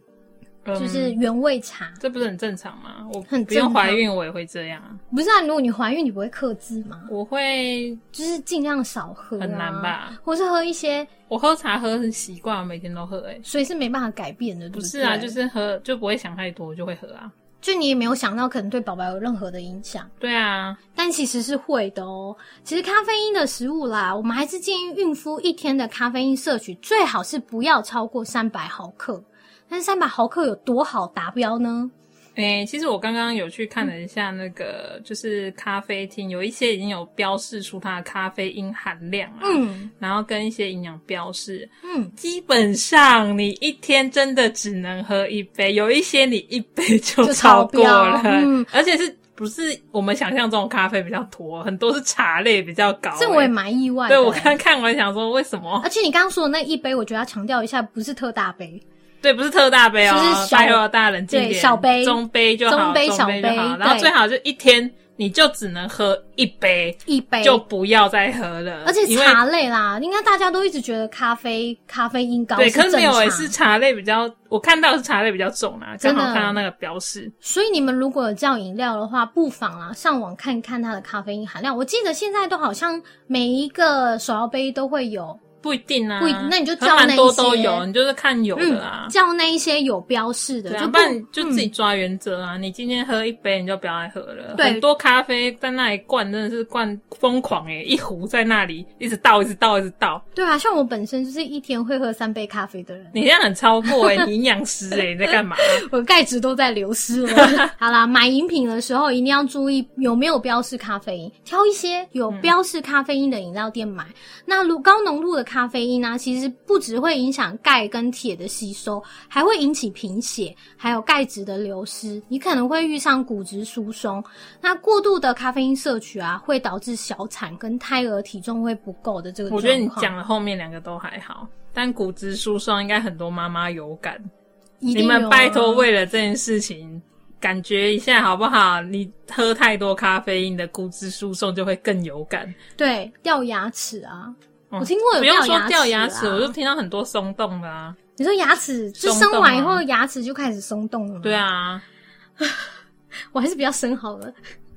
S2: 嗯
S1: 就是原味茶。
S2: 这不是很正常吗？我
S1: 很
S2: 不
S1: 正
S2: 用
S1: 常
S2: 怀孕我也会这样啊，
S1: 不是啊，如果你怀孕，你不会克制吗？
S2: 我会
S1: 就是尽量少喝、啊
S2: 很难？吧？
S1: 或是喝一些，
S2: 我喝茶喝很习惯，我每天都喝、欸，哎，
S1: 所以是没办法改变的，对
S2: 不
S1: 对
S2: 是啊，就是喝就不会想太多，我就会喝啊。
S1: 就你也没有想到可能对宝宝有任何的影响，
S2: 对啊，
S1: 但其实是会的哦。其实咖啡因的食物啦，我们还是建议孕妇一天的咖啡因摄取最好是不要超过三百毫克。但是三百毫克有多好达标呢？
S2: 诶、其实我刚刚有去看了一下那个，就是咖啡厅有一些已经有标示出它的咖啡因含量啊，
S1: 嗯
S2: 然后跟一些营养标示，
S1: 嗯，
S2: 基本上你一天真的只能喝一杯，有一些你一杯就
S1: 就
S2: 超
S1: 超
S2: 过
S1: 标
S2: 了，
S1: 嗯
S2: 而且是不是我们想象中的咖啡比较多，很多是茶类比较高、
S1: 这我也
S2: 欸
S1: 蛮意外的。
S2: 对我刚看完想说为什 么？
S1: 而且你刚刚说的那一杯，我觉得要强调一下，不是特大杯，
S2: 对，不是特大杯哦，
S1: 就是小
S2: 拜托大人敬点，
S1: 对小杯
S2: 中杯就好，中
S1: 中杯小杯
S2: 就好。然后
S1: 对
S2: 最好就一天你就只能喝一杯，
S1: 一杯
S2: 就不要再喝了，
S1: 而且
S2: 因为
S1: 茶类啦，应该大家都一直觉得咖啡咖啡因高
S2: 对，
S1: 正
S2: 可是没有
S1: 常
S2: 诶、是茶类比较，我看到是茶类比较重啦，刚
S1: 真的
S2: 好看到那个标示，
S1: 所以你们如果有叫饮料的话，不妨啊上网看看它的咖啡因含量。我记得现在都好像每一个手摇杯都会有，
S2: 不一定啊，
S1: 不一定那你就
S2: 可
S1: 照
S2: 蛮
S1: 那一
S2: 多都
S1: 些
S2: 有，你就是看有的啊。
S1: 嗯，叫那一些有标示的，
S2: 对啊，
S1: 就
S2: 不然你
S1: 不嗯
S2: 就自己抓原则啊！你今天喝一杯，你就不要再喝了。
S1: 对
S2: 很多咖啡在那里灌，真的是灌疯狂诶、一壶在那里一直倒，一直倒，一直倒。
S1: 对啊。像我本身就是一天会喝三杯咖啡的人，
S2: 你这样很超 过哎、你营养师哎、你在干嘛？
S1: 我钙质都在流失 了。好啦，买饮品的时候一定要注意有没有标示咖啡因，挑一些有标示咖啡因的饮料店买。
S2: 嗯
S1: 那如高浓度的咖啡因呢、其实不只会影响钙跟铁的吸收，还会引起贫血，还有钙质的流失，你可能会遇上骨质疏松。那过度的咖啡因摄取啊，会导致小产跟胎儿体重会不够的这个
S2: 我觉得你
S1: 状况
S2: 讲的后面两个都还好，但骨质疏松应该很多妈妈有感。
S1: 一定
S2: 你们
S1: 有啊
S2: 拜托为了这件事情，感觉一下好不好？你喝太多咖啡因，你的骨质疏松就会更有感。
S1: 对掉牙齿啊。
S2: 嗯
S1: 我听过有
S2: 不用
S1: 掉
S2: 说掉牙
S1: 牙
S2: 齿，
S1: 啊
S2: 我就听到很多松动的啊。
S1: 你说牙齿就
S2: 松动
S1: 生完以后
S2: 啊
S1: 牙齿就开始松动了吗？
S2: 对，啊，
S1: 我还是比较生好了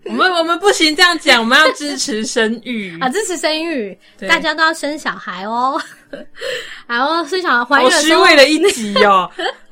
S2: 我们我们不行这样讲，我们要支持生育
S1: 啊，支持生育，
S2: 对
S1: 大家都要生小孩哦。 然后生小孩怀
S2: 好
S1: 孕的
S2: 虚
S1: 时候，
S2: 伪的一集哦。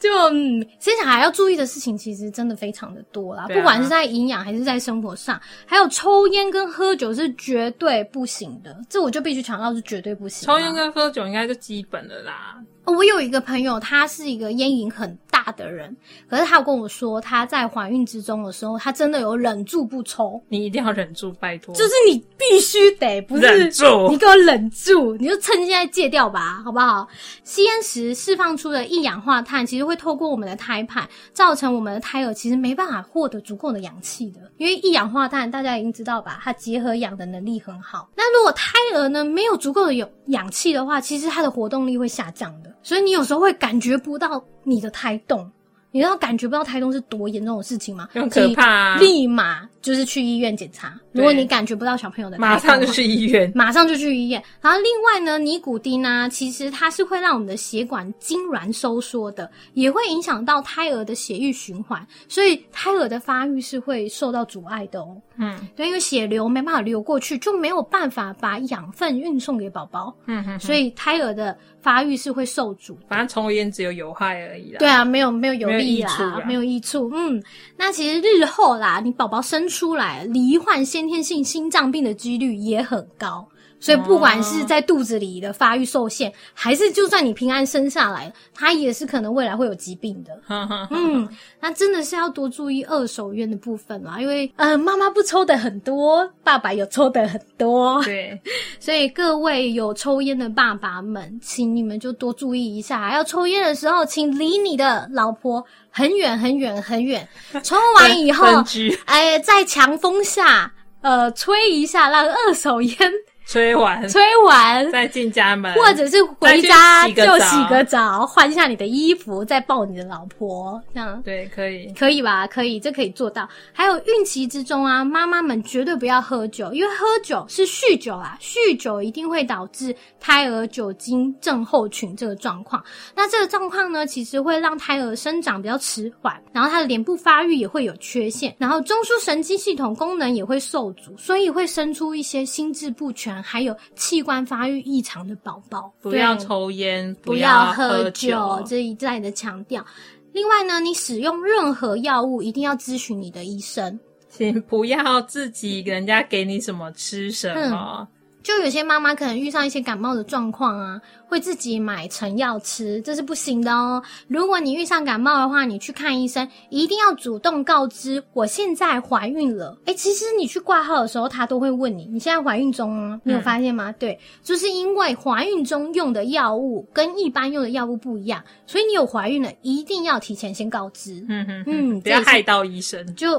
S1: 就嗯，生小孩要注意的事情其实真的非常的多啦，
S2: 对啊
S1: 不管是在营养还是在生活上，还有抽烟跟喝酒是绝对不行的，这我就必须强调是绝对不行啊。
S2: 抽烟跟喝酒应该就基本的啦。
S1: 哦我有一个朋友，他是一个烟瘾很大的人，可是他有跟我说，他在怀孕之中的时候，他真的有忍住不抽。
S2: 你一定要忍住，拜托。
S1: 就是你必须得，不是
S2: 忍住
S1: 你给我忍住，你就趁现在戒掉吧，好不好？吸烟时释放出的一氧化碳，其实会透过我们的胎盘，造成我们的胎儿其实没办法获得足够的氧气的，因为一氧化碳大家已经知道吧，它结合氧的能力很好。那如果胎儿呢没有足够的有氧气的话，其实它的活动力会下降的，所以你有时候会感觉不到你的胎动。你知道感觉不到胎动是多严重的事情吗？
S2: 很可怕啊
S1: 立马就是去医院检查。如果
S2: 对
S1: 你感觉不到小朋友的，
S2: 马上就，去医 院。
S1: 马上就去医院。然后另外呢，尼古丁呢、其实它是会让我们的血管痉挛收缩的，也会影响到胎儿的血液循环，所以胎儿的发育是会受到阻碍的哦。
S2: 嗯
S1: 对，因为血流没办法流过去，就没有办法把养分运送给宝宝，
S2: 嗯嗯，
S1: 所以胎儿的发育是会受阻的
S2: 反正抽烟只有有害而已啦。
S1: 对啊，没有没有有
S2: 没有益
S1: 利
S2: 处
S1: 啦
S2: 啦，
S1: 没有益处。嗯，那其实日后啦，你宝宝生出来罹患先天性心脏病的几率也很高。所以，不管是在肚子里的发育受限，还是就算你平安生下来，他也是可能未来会有疾病的。
S2: 对，
S1: 嗯，那真的是要多注意二手烟的部分啦，因为呃，妈妈不抽的很多，爸爸有抽的很多，
S2: 对，
S1: 所以各位有抽烟的爸爸们，请你们就多注意一下，要抽烟的时候，请离你的老婆 很远很远很远。抽完以后
S2: 分，居
S1: 哎，在强风下呃吹一下，让二手 烟
S2: 吹完
S1: 吹完，
S2: 再进家门，
S1: 或者是回家
S2: 再去洗个
S1: 就
S2: 澡
S1: 洗个澡，换一下你的衣服，再抱你的老婆，这样
S2: 对，可以。
S1: 可以吧？可以，这可以做到。还有孕期之中啊，妈妈们绝对不要喝酒，因为喝酒是酗酒啊，酗酒一定会导致胎儿酒精症候群这个状况。那这个状况呢，其实会让胎儿生长比较迟缓，然后他的脸部发育也会有缺陷，然后中枢神经系统功能也会受阻，所以会生出一些心智不全还有器官发育异常的宝宝。
S2: 不要
S1: 对
S2: 抽烟，
S1: 不
S2: 要
S1: 要喝
S2: 酒
S1: 酒，，这一再的强调。另外呢，你使用任何药物一定要咨询你的医生。
S2: 请 不要自己人家给你什么吃什么。
S1: 就有些妈妈可能遇上一些感冒的状况啊，会自己买成药吃，这是不行的哦。如果你遇上感冒的话，你去看医生，一定要主动告知我现在怀孕了。诶，其实你去挂号的时候，他都会问你你现在怀孕中吗？你有发现吗？对，就是因为怀孕中用的药物跟一般用的药物不一样，所以你有怀孕了，一定要提前先告知。
S2: 嗯哼
S1: 嗯
S2: 哼，不要
S1: 这也是
S2: 害到医生，
S1: 就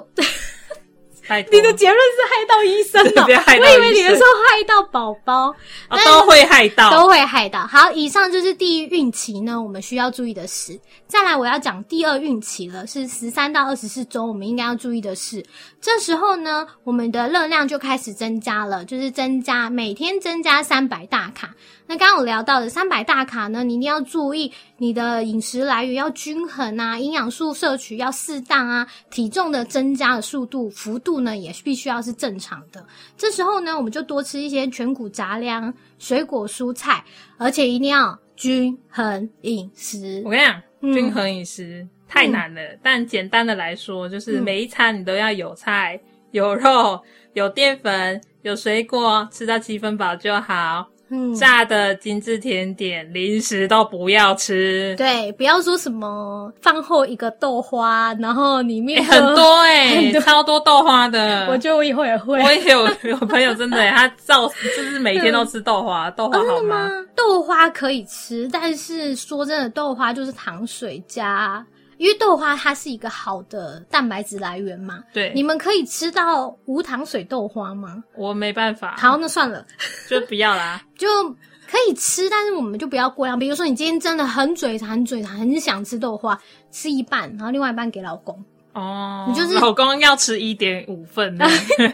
S2: 拜托。
S1: 你的结论是害到医生哦、
S2: 不要哦害到
S1: 我以为
S2: 医
S1: 你
S2: 生
S1: 是说害到宝宝，
S2: 啊都会害到，
S1: 都会害到。好，以上就是第一孕期呢，我们需要注意的事。再来，我要讲第二孕期了，是十三到二十四周，我们应该要注意的事。这时候呢，我们的热量就开始增加了，就是增加每天增加三百大卡。那刚刚我聊到的三百大卡呢，你一定要注意你的饮食来源要均衡啊，营养素摄取要适当啊，体重的增加的速度幅度呢也必须要是正常的。这时候呢，我们就多吃一些全谷杂粮、水果、蔬菜，而且一定要均衡饮食
S2: 我。跟你讲，
S1: 嗯
S2: 均衡饮食太难了。但简单的来说，就是
S1: 嗯
S2: 每一餐你都要有菜、有肉、 有淀粉、有水果，吃到七分饱就好。
S1: 嗯，
S2: 炸的、精致甜点、零食都不要吃。
S1: 对，不要说什么饭后一个豆花，然后里
S2: 欸
S1: 面就
S2: 很。多哎、
S1: 很多
S2: 超多豆花的。
S1: 我觉得我以后也会。
S2: 我也有有朋友真的、欸，他造就是每天都吃豆花，豆花
S1: 哦，真
S2: 好
S1: 的
S2: 吗？
S1: 吗？豆花可以吃，但是说真的，豆花就是糖水加，因为豆花它是一个好的蛋白质来源嘛。
S2: 对，
S1: 你们可以吃到无糖水豆花吗？
S2: 我没办法，
S1: 好，那算了，
S2: 就不 要啦。
S1: 就可以吃，但是我们就不要过量。比如说，你今天真的很嘴馋、很嘴馋，很想吃豆花，吃一半，然后另外一半给老公
S2: 哦，
S1: 你就是
S2: 老公要吃一点五份 呢，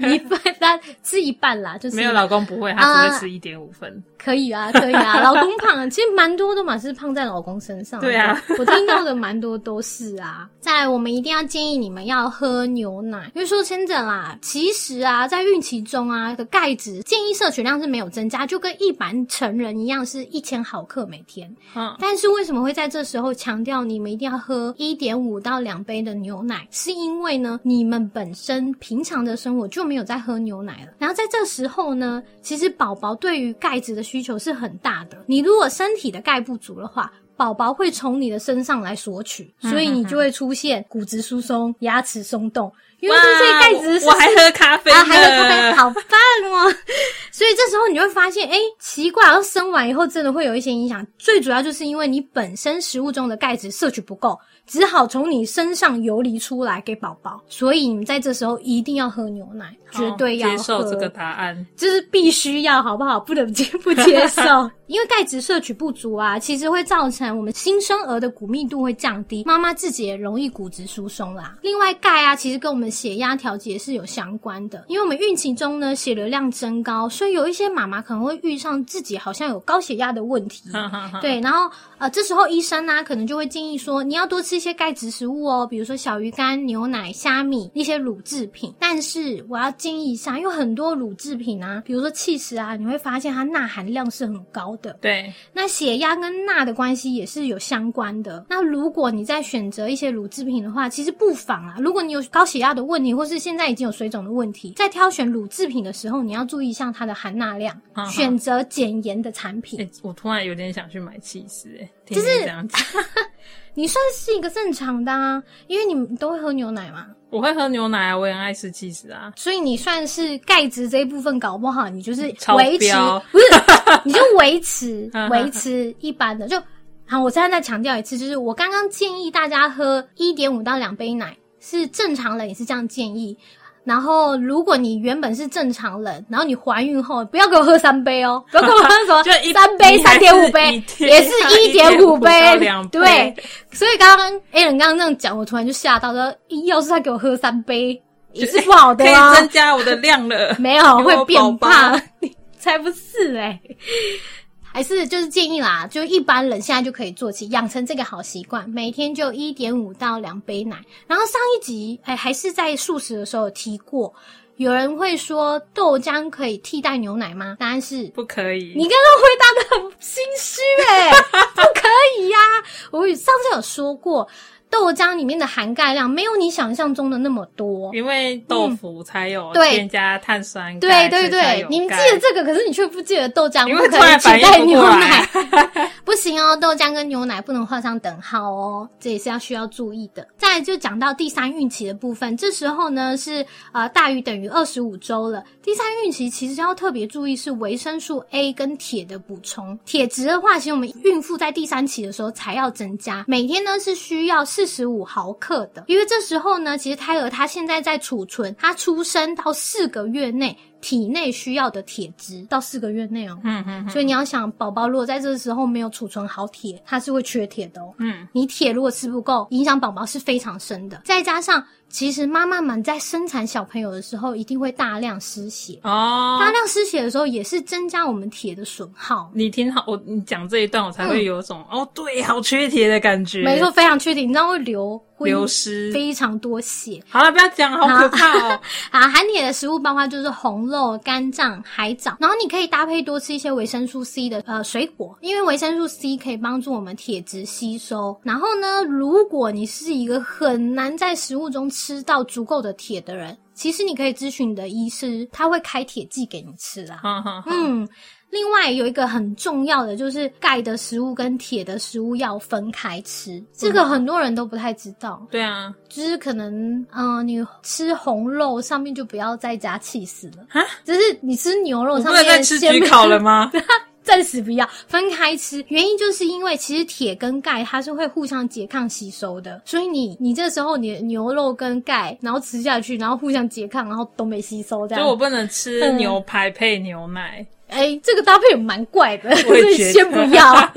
S1: 一半，但吃一半啦，就是啊
S2: 没有老公不会，他只会吃一点五份。
S1: 可以 啊，可以啊，老公胖啊，其实蛮多的嘛，是胖在老公身上。
S2: 对啊，
S1: 我听到的蛮多都是啊。再来，我们一定要建议你们要喝牛奶，因为说真的啦，其实啊，在孕期中啊的钙质建议摄取量是没有增加，就跟一般成人一样，是一千毫克每天。
S2: 嗯，
S1: 但是为什么会在这时候强调你们一定要喝一点五到两杯的牛奶？是因为呢，你们本身平常的生活就没有在喝牛奶了。然后在这时候呢，其实宝宝对于钙质的需求是很大的。你如果身体的钙不足的话，宝宝会从你的身上来索取，
S2: 嗯
S1: 所以你就会出现骨质疏松、牙齿松动，因为这些
S2: 哇
S1: 钙质是
S2: 我我还喝咖啡呢，
S1: 啊，还有咖啡，好棒哦！ 所以这时候你就会发现，哎，奇怪，要生完以后真的会有一些影响。最主要就是因为你本身食物中的钙质摄取不够，只好从你身上游离出来给宝宝。所以你们在这时候一定要喝牛奶，
S2: 好
S1: 绝对要喝
S2: 接受这个答案。
S1: 就是必须要，好不好？不能接不接受， 因为钙质摄取不足啊，其实会造成我们新生儿的骨密度会降低，妈妈自己也容易骨质疏松啦。另外，钙啊，其实跟我们血压调节是有相关的，因为我们孕期中呢血流量增高，所以有一些妈妈可能会遇上自己好像有高血压的问题。
S2: 哈哈哈，
S1: 对，然后呃，这时候医生呢、可能就会建议说，你要多吃一些钙质食物哦，比如说小鱼干、牛奶、虾米一些乳制品。但是我要建议一下，因为很多乳制品啊，比如说气食啊，你会发现它钠含量是很高的。
S2: 对，
S1: 那血压跟钠的关系也是有相关的。那如果你在选择一些乳制品的话，其实不妨啊，如果你有高血压的问题，或是现在已经有水肿的问题，在挑选乳制品的时候，你要注意一下它的含钠量，
S2: 嗯嗯
S1: 选择减盐的产品。
S2: 欸我突然有点想去买气司，哎，听你这样讲，
S1: 你算是一个正常的啊，因为你们都会喝牛奶嘛，
S2: 我会喝牛奶啊，我也很爱吃气司啊。
S1: 所以你算是钙质这一部分搞不好，你就是
S2: 嗯超
S1: 维持
S2: 标，嗯
S1: 不是，你就维 持维持一般的就。好，我现在再强调一次，就是我刚刚建议大家喝一点五到两杯奶是正常人，也是这样建议。然后，如果你原本是正常人，然后你怀孕后，不要给我喝三杯 哦，不要给我喝什么
S2: 就一
S1: 三杯、
S2: 你
S1: 三
S2: 还
S1: 点五
S2: 是
S1: 杯
S2: 一，天
S1: 也是
S2: 一
S1: 点
S2: 点
S1: 五
S2: 五
S1: 杯
S2: 到两。杯
S1: 对，所以刚刚 A 人刚刚这样讲，我突然就吓到说，咦要是他给我喝三杯，也是不好的
S2: 可
S1: 啊
S2: 以。增加我的量 了。
S1: 没有
S2: 给我
S1: 会变
S2: 宝
S1: 胖
S2: 宝，
S1: 你才不是哎、还是就是建议啦，就一般人现在就可以做起，养成这个好习惯，每天就一点五到两杯奶。然后上一集哎、还是在素食的时候有提过，有人会说豆浆可以替代牛奶吗？答案是
S2: 不可以。
S1: 你刚刚回答的很心虚 哎、不可以呀、我上次有说过，豆浆里面的含钙量没有你想象中的那么多，
S2: 因为豆腐才有
S1: 嗯对
S2: 添加碳酸
S1: 对
S2: 钙
S1: 对
S2: 所以才
S1: 对
S2: 有，
S1: 你们记
S2: 钙
S1: 得这个，可是你却不记得豆浆
S2: 因
S1: 不
S2: 为
S1: 可
S2: 突
S1: 以
S2: 然
S1: 取
S2: 反应
S1: 代
S2: 不
S1: 牛
S2: 过
S1: 奶
S2: 来，
S1: 不行哦，豆浆跟牛奶不能画上等号哦，这也是要需要注意的。再来就讲到第三孕期的部分，这时候呢是呃大于等于二十五周了。第三孕期其实要特别注意是维生素 A 跟铁的补充，铁质的话，其实我们孕妇在第三期的时候才要增加，每天呢是需要四十五毫克的，因为这时候呢，其实胎儿它现在在储存，它出生到四个月内。体内需要的铁质到四个月内哦，
S2: 嗯嗯
S1: 所以你要想，宝宝如果在这时候没有储存好铁，它是会缺铁的哦。
S2: 嗯，
S1: 你铁如果吃不够，影响宝宝是非常深的。再加上，其实妈妈们在生产小朋友的时候，一定会大量失血。
S2: 哦。
S1: 大量失血的时候，也是增加我们铁的损耗。
S2: 你听好，我你讲这一段，我才会有一种、哦，对，好缺铁的感觉，
S1: 嗯没错，，非常缺铁，你知道会流会
S2: 流失。
S1: 非常多血。
S2: 好了，不要讲，好可怕哦。
S1: 啊，含铁的食物包括就是红肉、肝脏、海藻，然后你可以搭配多吃一些维生素 C 的呃水果，因为维生素 C 可以帮助我们铁质吸收。然后呢，如果你是一个很难在食物中吃到足够的铁的人，其实你可以咨询你的医师，他会开铁剂给你吃啊。
S2: 好好好，
S1: 嗯，另外有一个很重要的就是钙的食物跟铁的食物要分开吃，这个很多人都不太知道。
S2: 对啊，
S1: 就是可能，嗯、你吃红肉上面就不要再加气死了，就是你吃牛肉
S2: 我不
S1: 上
S2: 能再
S1: 面
S2: 吃
S1: 先
S2: 焗
S1: 不
S2: 烤 了吗？
S1: 暂时不要分开吃，原因就是因为其实铁跟钙它是会互相拮抗吸收的，所以你你这时候你的牛肉跟钙，然后吃下去，然后互相拮抗，然后都没吸收这
S2: 所以我
S1: 样。
S2: 不能吃
S1: 啊嗯
S2: 牛排配牛 奶，
S1: 哎、这个搭配也蛮怪的，所
S2: 我也
S1: 以
S2: 觉得
S1: 先不要，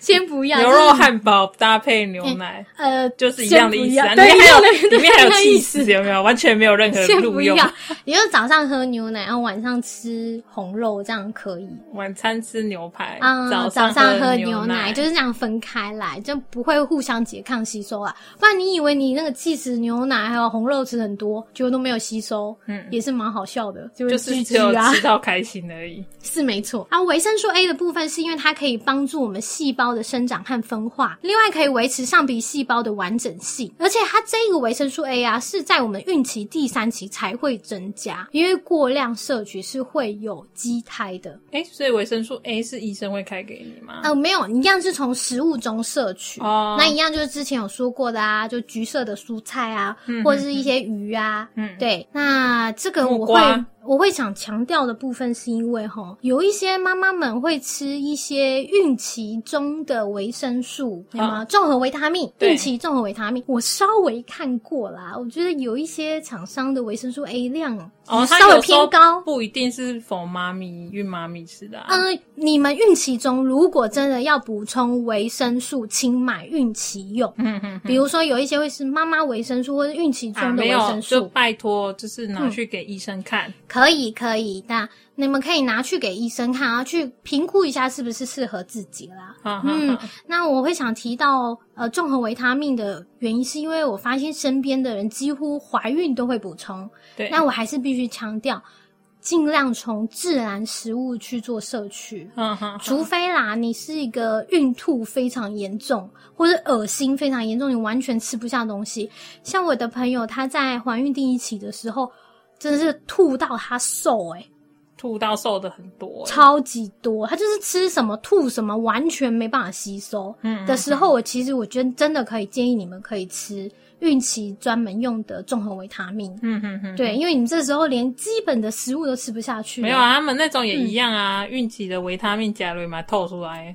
S1: 先不要
S2: 牛
S1: 就是
S2: 肉汉堡搭配牛奶。
S1: 呃
S2: 就是一样的意思、啊，
S1: 先
S2: 里
S1: 不要
S2: 面还有
S1: 对一样的
S2: 里面还有
S1: 一样的意
S2: cheese，有没有？完全没 有任何
S1: 先
S2: 录
S1: 不
S2: 用。
S1: 要， 你就早上喝牛奶，然后晚上吃红肉，这样可以。
S2: 晚餐吃牛排，
S1: 啊、早
S2: 哎上
S1: 上
S2: 喝
S1: 牛
S2: 奶，
S1: 就是这样分开来，就不会互相拮抗吸收啊。不然你以为你那个气死牛奶还有红肉吃很多，结果都没有吸收，
S2: 嗯
S1: 也是蛮好笑的，就会
S2: 就是
S1: 积
S2: 只
S1: 聚
S2: 有
S1: 啊，
S2: 吃到开心而已。
S1: 是没错啊。维生素 A 的部分是因为它可以帮助我们细胞的生长和分化，另外可以维持上皮细胞的完整性。而且它这个维生素 A 啊，是在我们孕期第三期才会增加，因为过量摄取是会有畸胎的。
S2: 哎、所以维生素 A 是医生会开给你吗？
S1: 呃，没有，一样是从食物中摄取。
S2: 哦
S1: 那一样就是之前有说过的啊，就橘色的蔬菜啊，或者是一些鱼啊。
S2: 嗯
S1: 对，那这个我会
S2: 木瓜
S1: 我会想强调的部分，是因为哈，有一些妈妈们会吃一些孕期中的维生素，有吗？综合维他命，
S2: 啊对
S1: 孕期综合维他命，我稍微看过啦，我觉得有一些厂商的维生素 A 量
S2: 哦，它
S1: 稍微
S2: 有时候
S1: 偏高，
S2: 不一定是否妈咪孕妈咪吃的、啊。
S1: 嗯，你们孕期中如果真的要补充维生素，请买孕期用。
S2: 嗯嗯
S1: 比如说有一些会是妈妈维生素或者孕期
S2: 啊，
S1: 中的
S2: 没
S1: 维
S2: 有，
S1: 生素，
S2: 就拜托，就是拿去给医生看。
S1: 可以可以。那你们可以拿去给医生看啊，去评估一下是不是适合自己啦。
S2: 哈哈
S1: 嗯
S2: 哈，
S1: 那我会想提到呃综合维他命的原因，是因为我发现身边的人几乎怀孕都会补充，
S2: 对，
S1: 但我还是必须强调，尽量从自然食物去做摄取。
S2: 嗯哼，
S1: 除非啦，你是一个孕吐非常严重，或者恶心非常严重，你完全吃不下东西。像我的朋友，她在怀孕第一期的时候，真的是吐到她瘦、
S2: 嗯
S1: 欸，
S2: 吐到瘦的很多、欸。
S1: 超级多。她就是吃什么吐什么，完全没办法吸收。
S2: 嗯
S1: 的时候，我其实我觉得真的可以建议你们可以吃孕期专门用的综合维他命。
S2: 嗯哼哼，
S1: 对，因为你这时候连基本的食物都吃不下去，
S2: 啊
S1: 嗯
S2: 没有，啊，他们那种也一样啊，孕期的维他命钾类嘛透出来，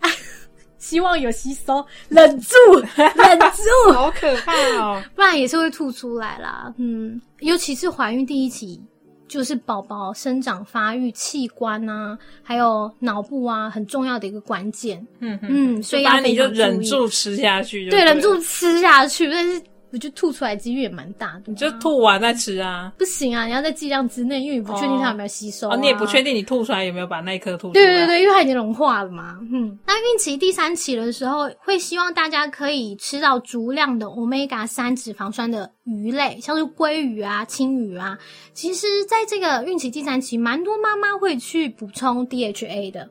S1: 希望有吸收，忍 住，忍住，
S3: 好可怕哦！
S1: 不然也是会吐出来啦。嗯，尤其是怀孕第一期，就是宝宝生长发育器官啊，还有脑部啊，很重要的一个关键。
S2: 嗯哼，
S1: 嗯，所以要
S2: 反正你
S1: 非常
S2: 就
S1: 注意
S2: 忍住吃下去就
S1: 对，
S2: 对了
S1: 忍住，吃下去，但是我觉得吐出来几率也蛮大的。啊
S2: 你就吐完再吃啊。
S1: 不行啊，你要在剂量之内，因为你不确定它有没有吸收、啊
S2: 哦，你也不确定你吐出来有没有把那一颗吐出来。
S1: 对对对，因为它已经融化了嘛。嗯，那孕期第三期的时候，会希望大家可以吃到足量的 omega 三脂肪酸的鱼类，像是鲑鱼啊、青鱼啊。其实，在这个孕期第三期，蛮多妈妈会去补充 DHA 的。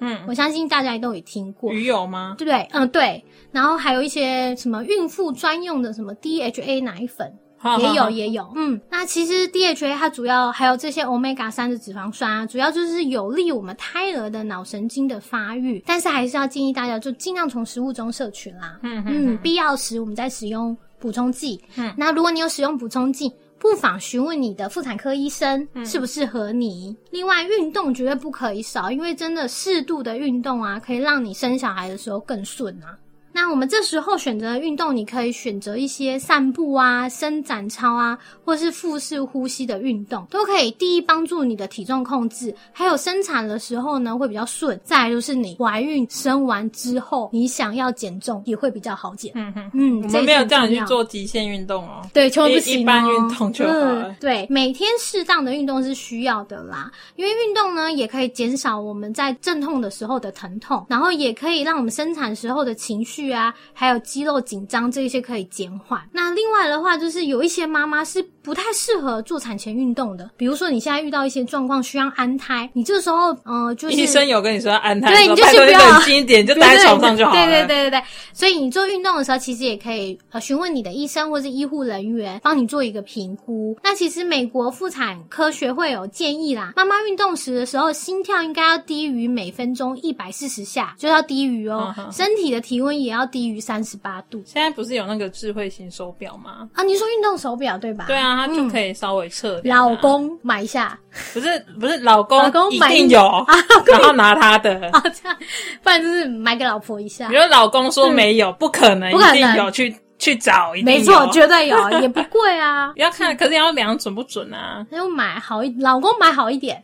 S2: 嗯，
S1: 我相信大家都有听过。
S2: 鱼油吗？
S1: 对不对？嗯，对。然后还有一些什么孕妇专用的什么 DHA 奶粉，
S2: 好
S1: 也
S2: 好
S1: 有
S2: 好
S1: 也有，嗯，那其实 DHA 它主要还有这些 omega 三的脂肪酸啊，主要就是有利我们胎儿的脑神经的发育，但是还是要建议大家就尽量从食物中摄取啦，
S2: 嗯
S1: 嗯，必要时我们再使用补充剂，
S2: 嗯
S1: 那如果你有使用补充剂。不妨询问你的妇产科医生
S2: 嗯
S1: 适不适合你。另外，运动绝对不可以少，因为真的适度的运动啊，可以让你生小孩的时候更顺啊。那我们这时候选择的运动，你可以选择一些散步啊、伸展操啊，或是腹式呼吸的运动，都可以第一帮助你的体重控制，还有生产的时候呢会比较顺。再来就是你怀孕生完之后，你想要减重也会比较好减。
S2: 嗯哼，
S1: 嗯，
S2: 我
S1: 这
S2: 们
S1: 也
S2: 没有
S1: 是很
S2: 叫你
S1: 重
S2: 去
S1: 要
S2: 做极限运动哦。
S1: 对，千万不
S2: 一
S1: 行、哦、
S2: 一般运动就好了
S1: 嗯。对，每天适当的运动是需要的啦，因为运动呢也可以减少我们在阵痛的时候的疼痛，然后也可以让我们生产时候的情绪啊，还有肌肉紧张这一些可以减缓。那另外的话，就是有一些妈妈是不太适合做产前运动的，比如说你现在遇到一些状况需要安胎，你这时候呃就是
S2: 医生有跟你说要安胎
S1: 对
S2: 的时候，
S1: 你就先
S2: 拜托你
S1: 不要
S2: 冷静一点，你就待在床上就好了。
S1: 对对对对对，所以你做运动的时候，其实也可以呃询问你的医生或是医护人员帮你做一个评估。那其实美国妇产科学会有建议啦，妈妈运动时的时候，心跳应该要低于每分钟一百四十下，就要低于哦，
S2: 嗯哼
S1: 身体的体温也要低于三十八度
S2: 现在不是有那个智慧型手表吗？
S1: 啊。你说运动手表对吧？
S2: 对啊，它就
S1: 嗯
S2: 可以稍微测量啊、
S1: 老公买一下
S2: 不是不是老公，
S1: 老公
S2: 一
S1: 买
S2: 定有，然后拿他的。
S1: 啊，这样，不然就是买给老婆一下
S2: 比。如老公说没有，不可能，
S1: 嗯不可能
S2: 一定有，去去找，一定有
S1: 没错，绝对有，也不贵啊。
S2: 要看，可是要量准不准啊？
S1: 那就买好一，老公买好一点。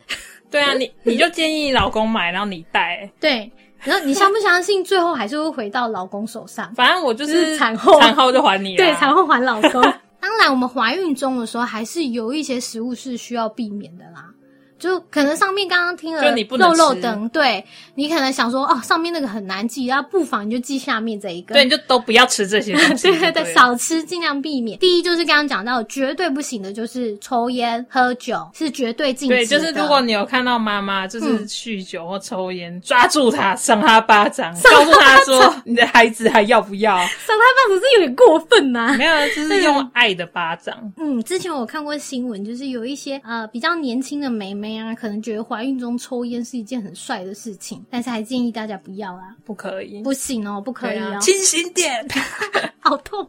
S2: 对啊，你你就建议老公买，然后你带。
S1: 对，然后你相不相信，最后还是会回到老公手 上？
S2: 反正我就
S1: 就是是产后
S2: 产后就还你啦。
S1: 对，才会还老公。 当然，我们怀孕中的时候，还是有一些食物是需要避免的啦。就可能上面刚刚听了
S2: 就你不能
S1: 肉肉
S2: 吃
S1: 等，对你可能想说哦，上面那个很难记，然后不妨你就记下面这一个。
S2: 对，你就都不要吃这些东西。
S1: 对对对，
S2: 了
S1: 少吃，尽量避免。第一就是刚刚讲到，绝对不行的就是抽烟、喝酒是绝对禁止的。
S2: 对，就是如果你有看到妈妈就是酗酒或抽烟，抓住她，赏她巴掌，告诉她说你的孩子还要不要？
S1: 赏他巴掌是有点过分呐、
S2: 没有，就是用爱的巴掌。
S1: 嗯，之前我看过新闻，就是有一些呃比较年轻的妹妹啊，可能觉得怀孕中抽烟是一件很帅的事情，但是还建议大家不要啊，
S2: 不可以，
S1: 不行哦，不可以
S2: 对
S1: 哦
S2: 啊，，清醒点。
S1: 好痛，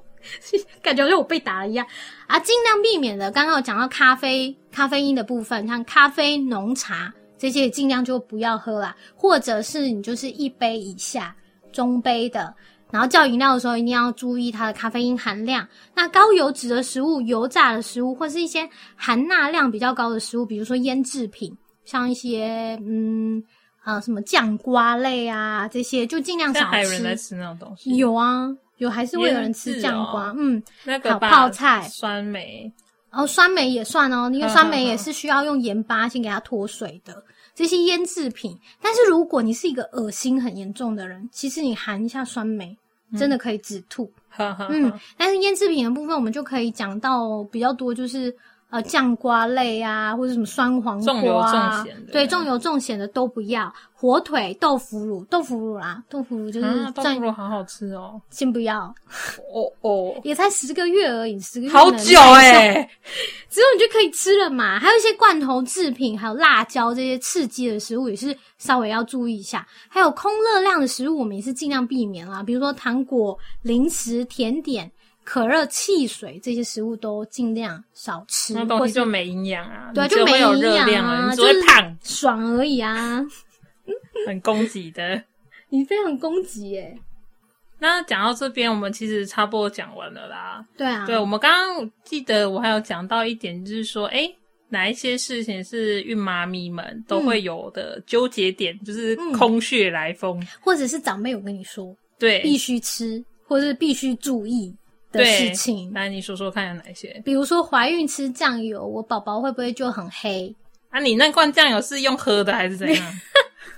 S1: 感觉好像我被打了一样啊，尽量避免的。刚刚有讲到咖啡、咖啡因的部分，像咖啡、浓茶这些，尽量就不要喝啦，或者是你就是一杯以下中杯的。然后叫饮料的时候，一定要注意它的咖啡因含量。那高油脂的食物、油炸的食物，或是一些含钠量比较高的食物，比如说腌制品，像一些嗯呃什么酱瓜类啊这些，就尽量
S2: 但
S1: 少
S2: 还有人在
S1: 吃。
S2: 吃那种东西，
S1: 有啊，有还是会有人吃
S2: 腌制
S1: 酱瓜，
S2: 哦
S1: 嗯，
S2: 那个
S1: 好
S2: 吧
S1: 泡菜
S2: 酸梅，
S1: 然后酸梅也算哦，因为
S2: 嗯
S1: 酸梅
S2: 嗯
S1: 也
S2: 嗯
S1: 是需要用盐巴先给它脱水的。这些腌制品，但是如果你是一个恶心很严重的人，其实你含一下酸梅，
S2: 嗯
S1: 真的可以止吐。
S2: 呵呵啊
S1: 嗯
S2: 呵，
S1: 但是腌制品的部分，我们就可以讲到比较多，就是呃酱瓜类啊，或者什么酸黄瓜、啊、
S2: 重油重咸的
S1: 对，重油重咸的都不要。火腿、豆腐乳、豆腐乳啦，豆腐乳就是
S2: 啊，豆
S1: 蘸
S2: 腐乳好好吃哦，
S1: 先不要，
S2: 哦哦，
S1: 也才十个月而已，十个月
S2: 好
S1: 能
S2: 久
S1: 耐受
S2: 哎、
S1: 之后你就可以吃了嘛。还有一些罐头制品，还有辣椒这些刺激的食物也是稍微要注意一下。还有空热量的食物，我们也是尽量避免啦，比如说糖果、零食、甜点、可热、汽水这些食物都尽量少吃，
S2: 那
S1: 嗯或
S2: 东西
S1: 是
S2: 就没营养啊，
S1: 对啊，
S2: 你只
S1: 就没
S2: 会有
S1: 营
S2: 热
S1: 养
S2: 量了，
S1: 啊，
S2: 你只
S1: 就
S2: 会
S1: 是
S2: 胖，
S1: 爽而已啊。
S2: 很攻击的。
S1: 你非常攻击欸耶。
S2: 那讲到这边，我们其实差不多讲完了啦。
S1: 对啊，
S2: 对，我们刚刚记得我还有讲到一点，就是说，哎、哪一些事情是孕妈咪们都
S1: 嗯
S2: 会有的纠结点，就是空穴来风。
S1: 或者是长辈有跟你说必
S2: 对，
S1: 须吃，或是必须注意的
S2: 对
S1: 事情，
S2: 那你说说看有哪些？
S1: 比如说怀孕吃酱油，我宝宝会不会就很黑？
S2: 啊，你那罐酱油是用喝的还是怎样？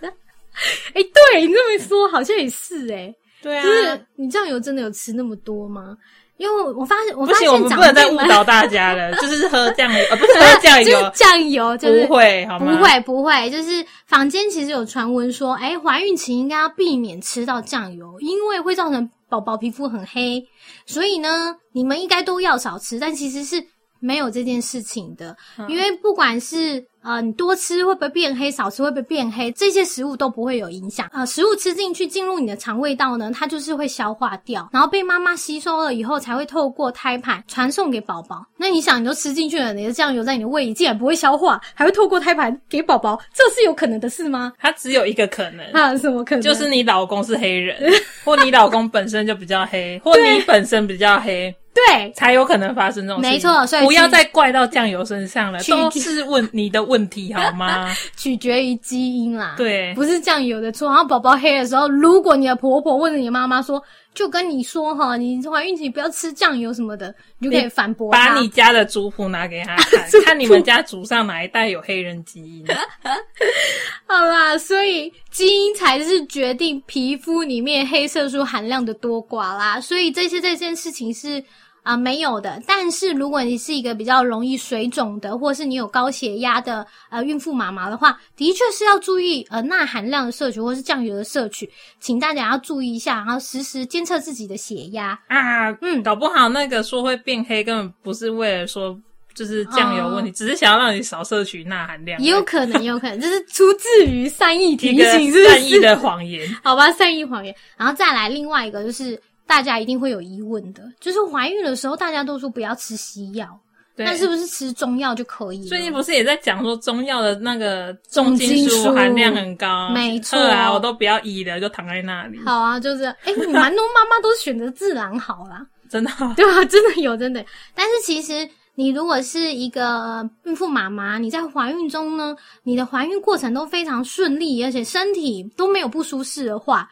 S1: 哎、对你这么一说，好像也是哎、
S2: 对啊
S1: 就，是你酱油真的有吃那么多吗？因为我我发现，我
S2: 不
S1: 发现
S2: 行，我们
S1: 长
S2: 不能
S1: 辈
S2: 再误
S1: 们
S2: 导大家了。就是喝酱油，呃， 不是喝酱
S1: 就
S2: 油
S1: 是，酱油，就是
S2: 不会好
S1: 不
S2: 吗？，
S1: 会不会，就是坊间其实有传闻说，哎、怀孕期应该要避免吃到酱油，因为会造成宝宝皮肤很黑。所以呢，你们应该都要少吃，但其实是没有这件事情的，
S2: 嗯
S1: 因为不管是呃你多吃会不会变黑，少吃会不会变黑，这些食物都不会有影响。呃，食物吃进去进入你的肠胃道呢，它就是会消化掉，然后被妈妈吸收了以后，才会透过胎盘传送给宝宝。那你想，你都吃进去了，你的酱油在你的胃里竟然不会消化，还会透过胎盘给宝宝，这是有可能的事吗？
S2: 它只有一个可能，
S1: 啊，什么可能？
S2: 就是你老公是黑人， 或你老公本身就比较黑，或你本身比较黑，
S1: 对，
S2: 才有可能发生这种事情。
S1: 没错所以
S2: 不要
S1: 去
S2: 再怪到酱油身上了，
S1: 去
S2: 都是问你的问题好 吗？
S1: 取决于基因啦，
S2: 对
S1: 不是酱油的错。然后宝宝黑的时候，如果你的婆婆或者你的妈妈说，就跟你说哈，你怀孕期不要吃酱油什么的，你就可以反驳
S2: 把
S1: 她
S2: 你家的族谱拿给他 看，看你们家族上哪一代有黑人基因。
S1: 好啦，所以基因才是决定皮肤里面黑色素含量的多寡啦。所以这些这件事情是啊、没有的。但是如果你是一个比较容易水肿的，或是你有高血压的呃孕妇妈妈的话，的确是要注意呃钠含量的摄取或是酱油的摄取，请大家要注意一下，然后时时监测自己的血 压。
S2: 啊，
S1: 嗯
S2: 嗯，搞不好那个说会变黑，根本不是为了说就是酱油问题，
S1: 哦
S2: 只是想要让你少摄取钠含量，
S1: 也有可能，也有可能，这是出自于善意提
S2: 一个
S1: 醒，是不是
S2: 善意的谎 言。
S1: 好吧，善意谎言。然后再来另外一个，就是大家一定会有疑问的，就是怀孕的时候，大家都说不要吃西药，
S2: 对，
S1: 那是不是吃中药就可以了？
S2: 最近不是也在讲说中药的那个重金
S1: 重金属
S2: 属含量很高，
S1: 没错
S2: 喝啊，我都不要医了，就躺在那里，
S1: 好啊，就是哎，你蛮多妈妈都选择自然好啦，
S2: 真的。
S1: 对啊，真的有，真的。但是其实你如果是一个呃孕妇妈妈，你在怀孕中呢，你的怀孕过程都非常顺利，而且身体都没有不舒适的话，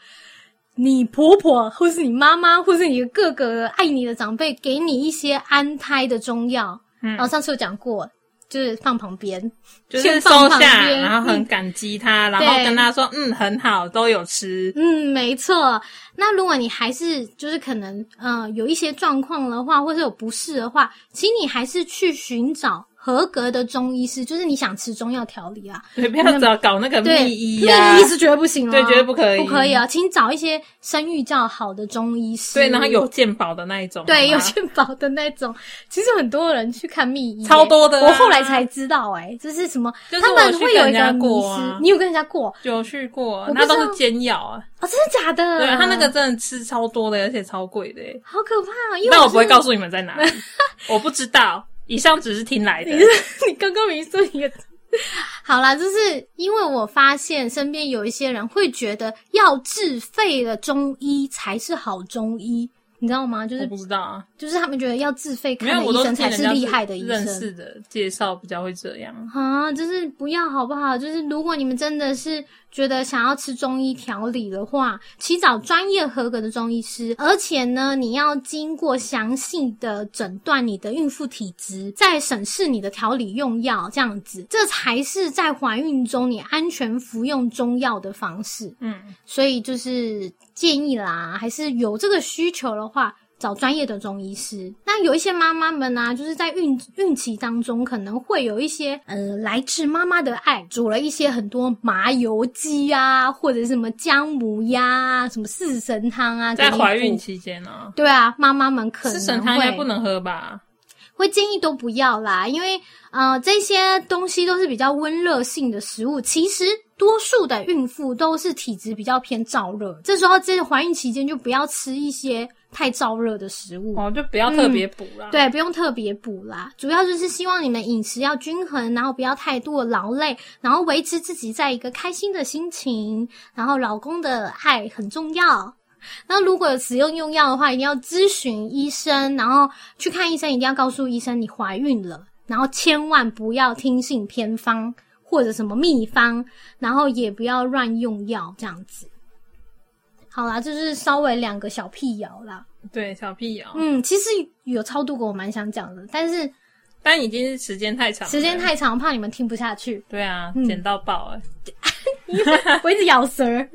S1: 你婆婆或是你妈妈或是你的各个爱你的长辈给你一些安胎的中药，
S2: 嗯
S1: 然后上次有讲过，就是放旁边，
S2: 就是
S1: 先
S2: 收
S1: 放
S2: 下
S1: 旁，边嗯
S2: 然后很感激他，然后
S1: 对
S2: 跟他说，嗯，很好，都有吃，
S1: 嗯，没错。那如果你还是就是可能呃有一些状况的话，或者有不适的话，请你还是去寻找合格的中医师，就是你想吃中药调理啊。
S2: 对，不要找搞那个
S1: 对，
S2: 秘医
S1: 秘
S2: 呀、
S1: 医是绝对不行了、
S2: 对绝对不可以
S1: 不可以啊！请找一些声誉较好的中医师。
S2: 对，然后有健保的那一种，啊
S1: 对有
S2: 好吗
S1: 健保的那种。其实很多人去看秘医、欸
S2: 超多的啊
S1: 我后来才知道、哎，这是什么？
S2: 就是
S1: 他
S2: 我
S1: 们
S2: 去
S1: 会有一
S2: 跟人家
S1: 个迷
S2: 过啊
S1: 思，你有跟人家过？
S2: 有去过
S1: 我，不
S2: 那
S1: 知道
S2: 都是煎药啊。
S1: 哦，真的假的？
S2: 对，他那个真的吃超多的，而且超贵的耶。
S1: 好可怕、啊，因为
S2: 但我
S1: 是
S2: 不会告诉你们在哪里，我不知道。以上只是听来的，
S1: 你刚刚没说一个。 好啦，就是因为我发现身边有一些人会觉得要自费的中医才是好中医，你知道吗？就
S2: 我
S1: 是
S2: 不知道啊。
S1: 就是他们觉得要自费
S2: 没
S1: 看
S2: 有，
S1: 的
S2: 我
S1: 医
S2: 都
S1: 生才
S2: 听
S1: 是
S2: 人家
S1: 厉害的医
S2: 认
S1: 生
S2: 识的介绍比较会这样。
S1: 啊，就是不要好不好？就是如果你们真的是觉得想要吃中医调理的话，请找专业合格的中医师，而且呢，你要经过详细的诊断你的孕妇体质，再审视你的调理用药，这样子，这才是在怀孕中你安全服用中药的方式。
S2: 嗯，
S1: 所以就是建议啦，还是有这个需求的话，找专业的中医师。那有一些妈妈们呢、啊就是在孕孕期当中，可能会有一些呃来自妈妈的爱，煮了一些很多麻油鸡啊，或者是什么姜母鸭啊，什么四神汤啊，
S2: 在
S1: 给你
S2: 怀孕
S1: 补。
S2: 期间呢，
S1: 对啊，妈妈们可能
S2: 吃神汤应该
S1: 会
S2: 不能喝吧？
S1: 会建议都不要啦，因为呃这些东西都是比较温热性的食物，其实多数的孕妇都是体质比较偏燥热，这时候在怀孕期间就不要吃一些。太燥热的食物。
S2: 哦，就不要特别补
S1: 嗯
S2: 啦。
S1: 对，不用特别补啦，主要就是希望你们饮食要均衡，然后不要太多的劳累，然后维持自己在一个开心的心情，然后老公的爱很重要。那如果有使用用药的话，一定要咨询医生，然后去看医生，一定要告诉医生你怀孕了，然后千万不要听信偏方或者什么秘方，然后也不要乱用药这样子。好啦，就是稍微两个小辟谣啦。
S2: 对，小哦辟谣。
S1: 嗯，其实有超度过，我蛮想讲的，但是
S2: 但已经是时间太长了，
S1: 时间太长，怕你们听不下 去。
S2: 对啊
S1: 嗯，
S2: 剪到爆哎、
S1: 我一直咬舌儿。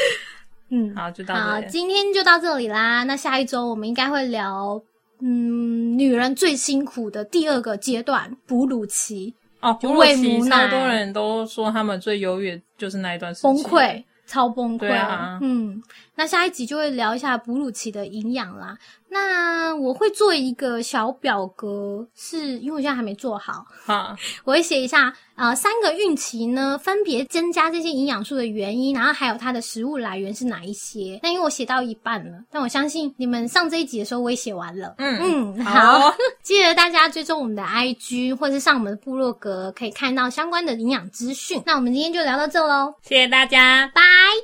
S1: 嗯，
S2: 好，就到
S1: 好
S2: 这，里。
S1: 今天就到这里啦。那下一周我们应该会聊，嗯，女人最辛苦的第二个阶段——哺乳期
S2: 哦，
S1: 就
S2: 哺乳
S1: 喂
S2: 期
S1: 母
S2: 超
S1: 奶
S2: 多人都说他们最优越就是那一段时期
S1: 崩溃。超崩溃
S2: 对啊
S1: 嗯，那下一集就会聊一下哺乳期的营养啦。那我会做一个小表格，是因为我现在还没做好，
S2: 哈，
S1: 我会写一下，呃，三个孕期呢，分别增加这些营养素的原因，然后还有它的食物来源是哪一些。那因为我写到一半了，但我相信你们上这一集的时候我也写完了。
S2: 嗯
S1: 嗯，
S2: 好
S1: 好
S2: 哦，
S1: 记得大家追踪我们的 IG 或是上我们的部落格，可以看到相关的营养资讯。那我们今天就聊到这喽，
S2: 谢谢大家，
S1: 拜。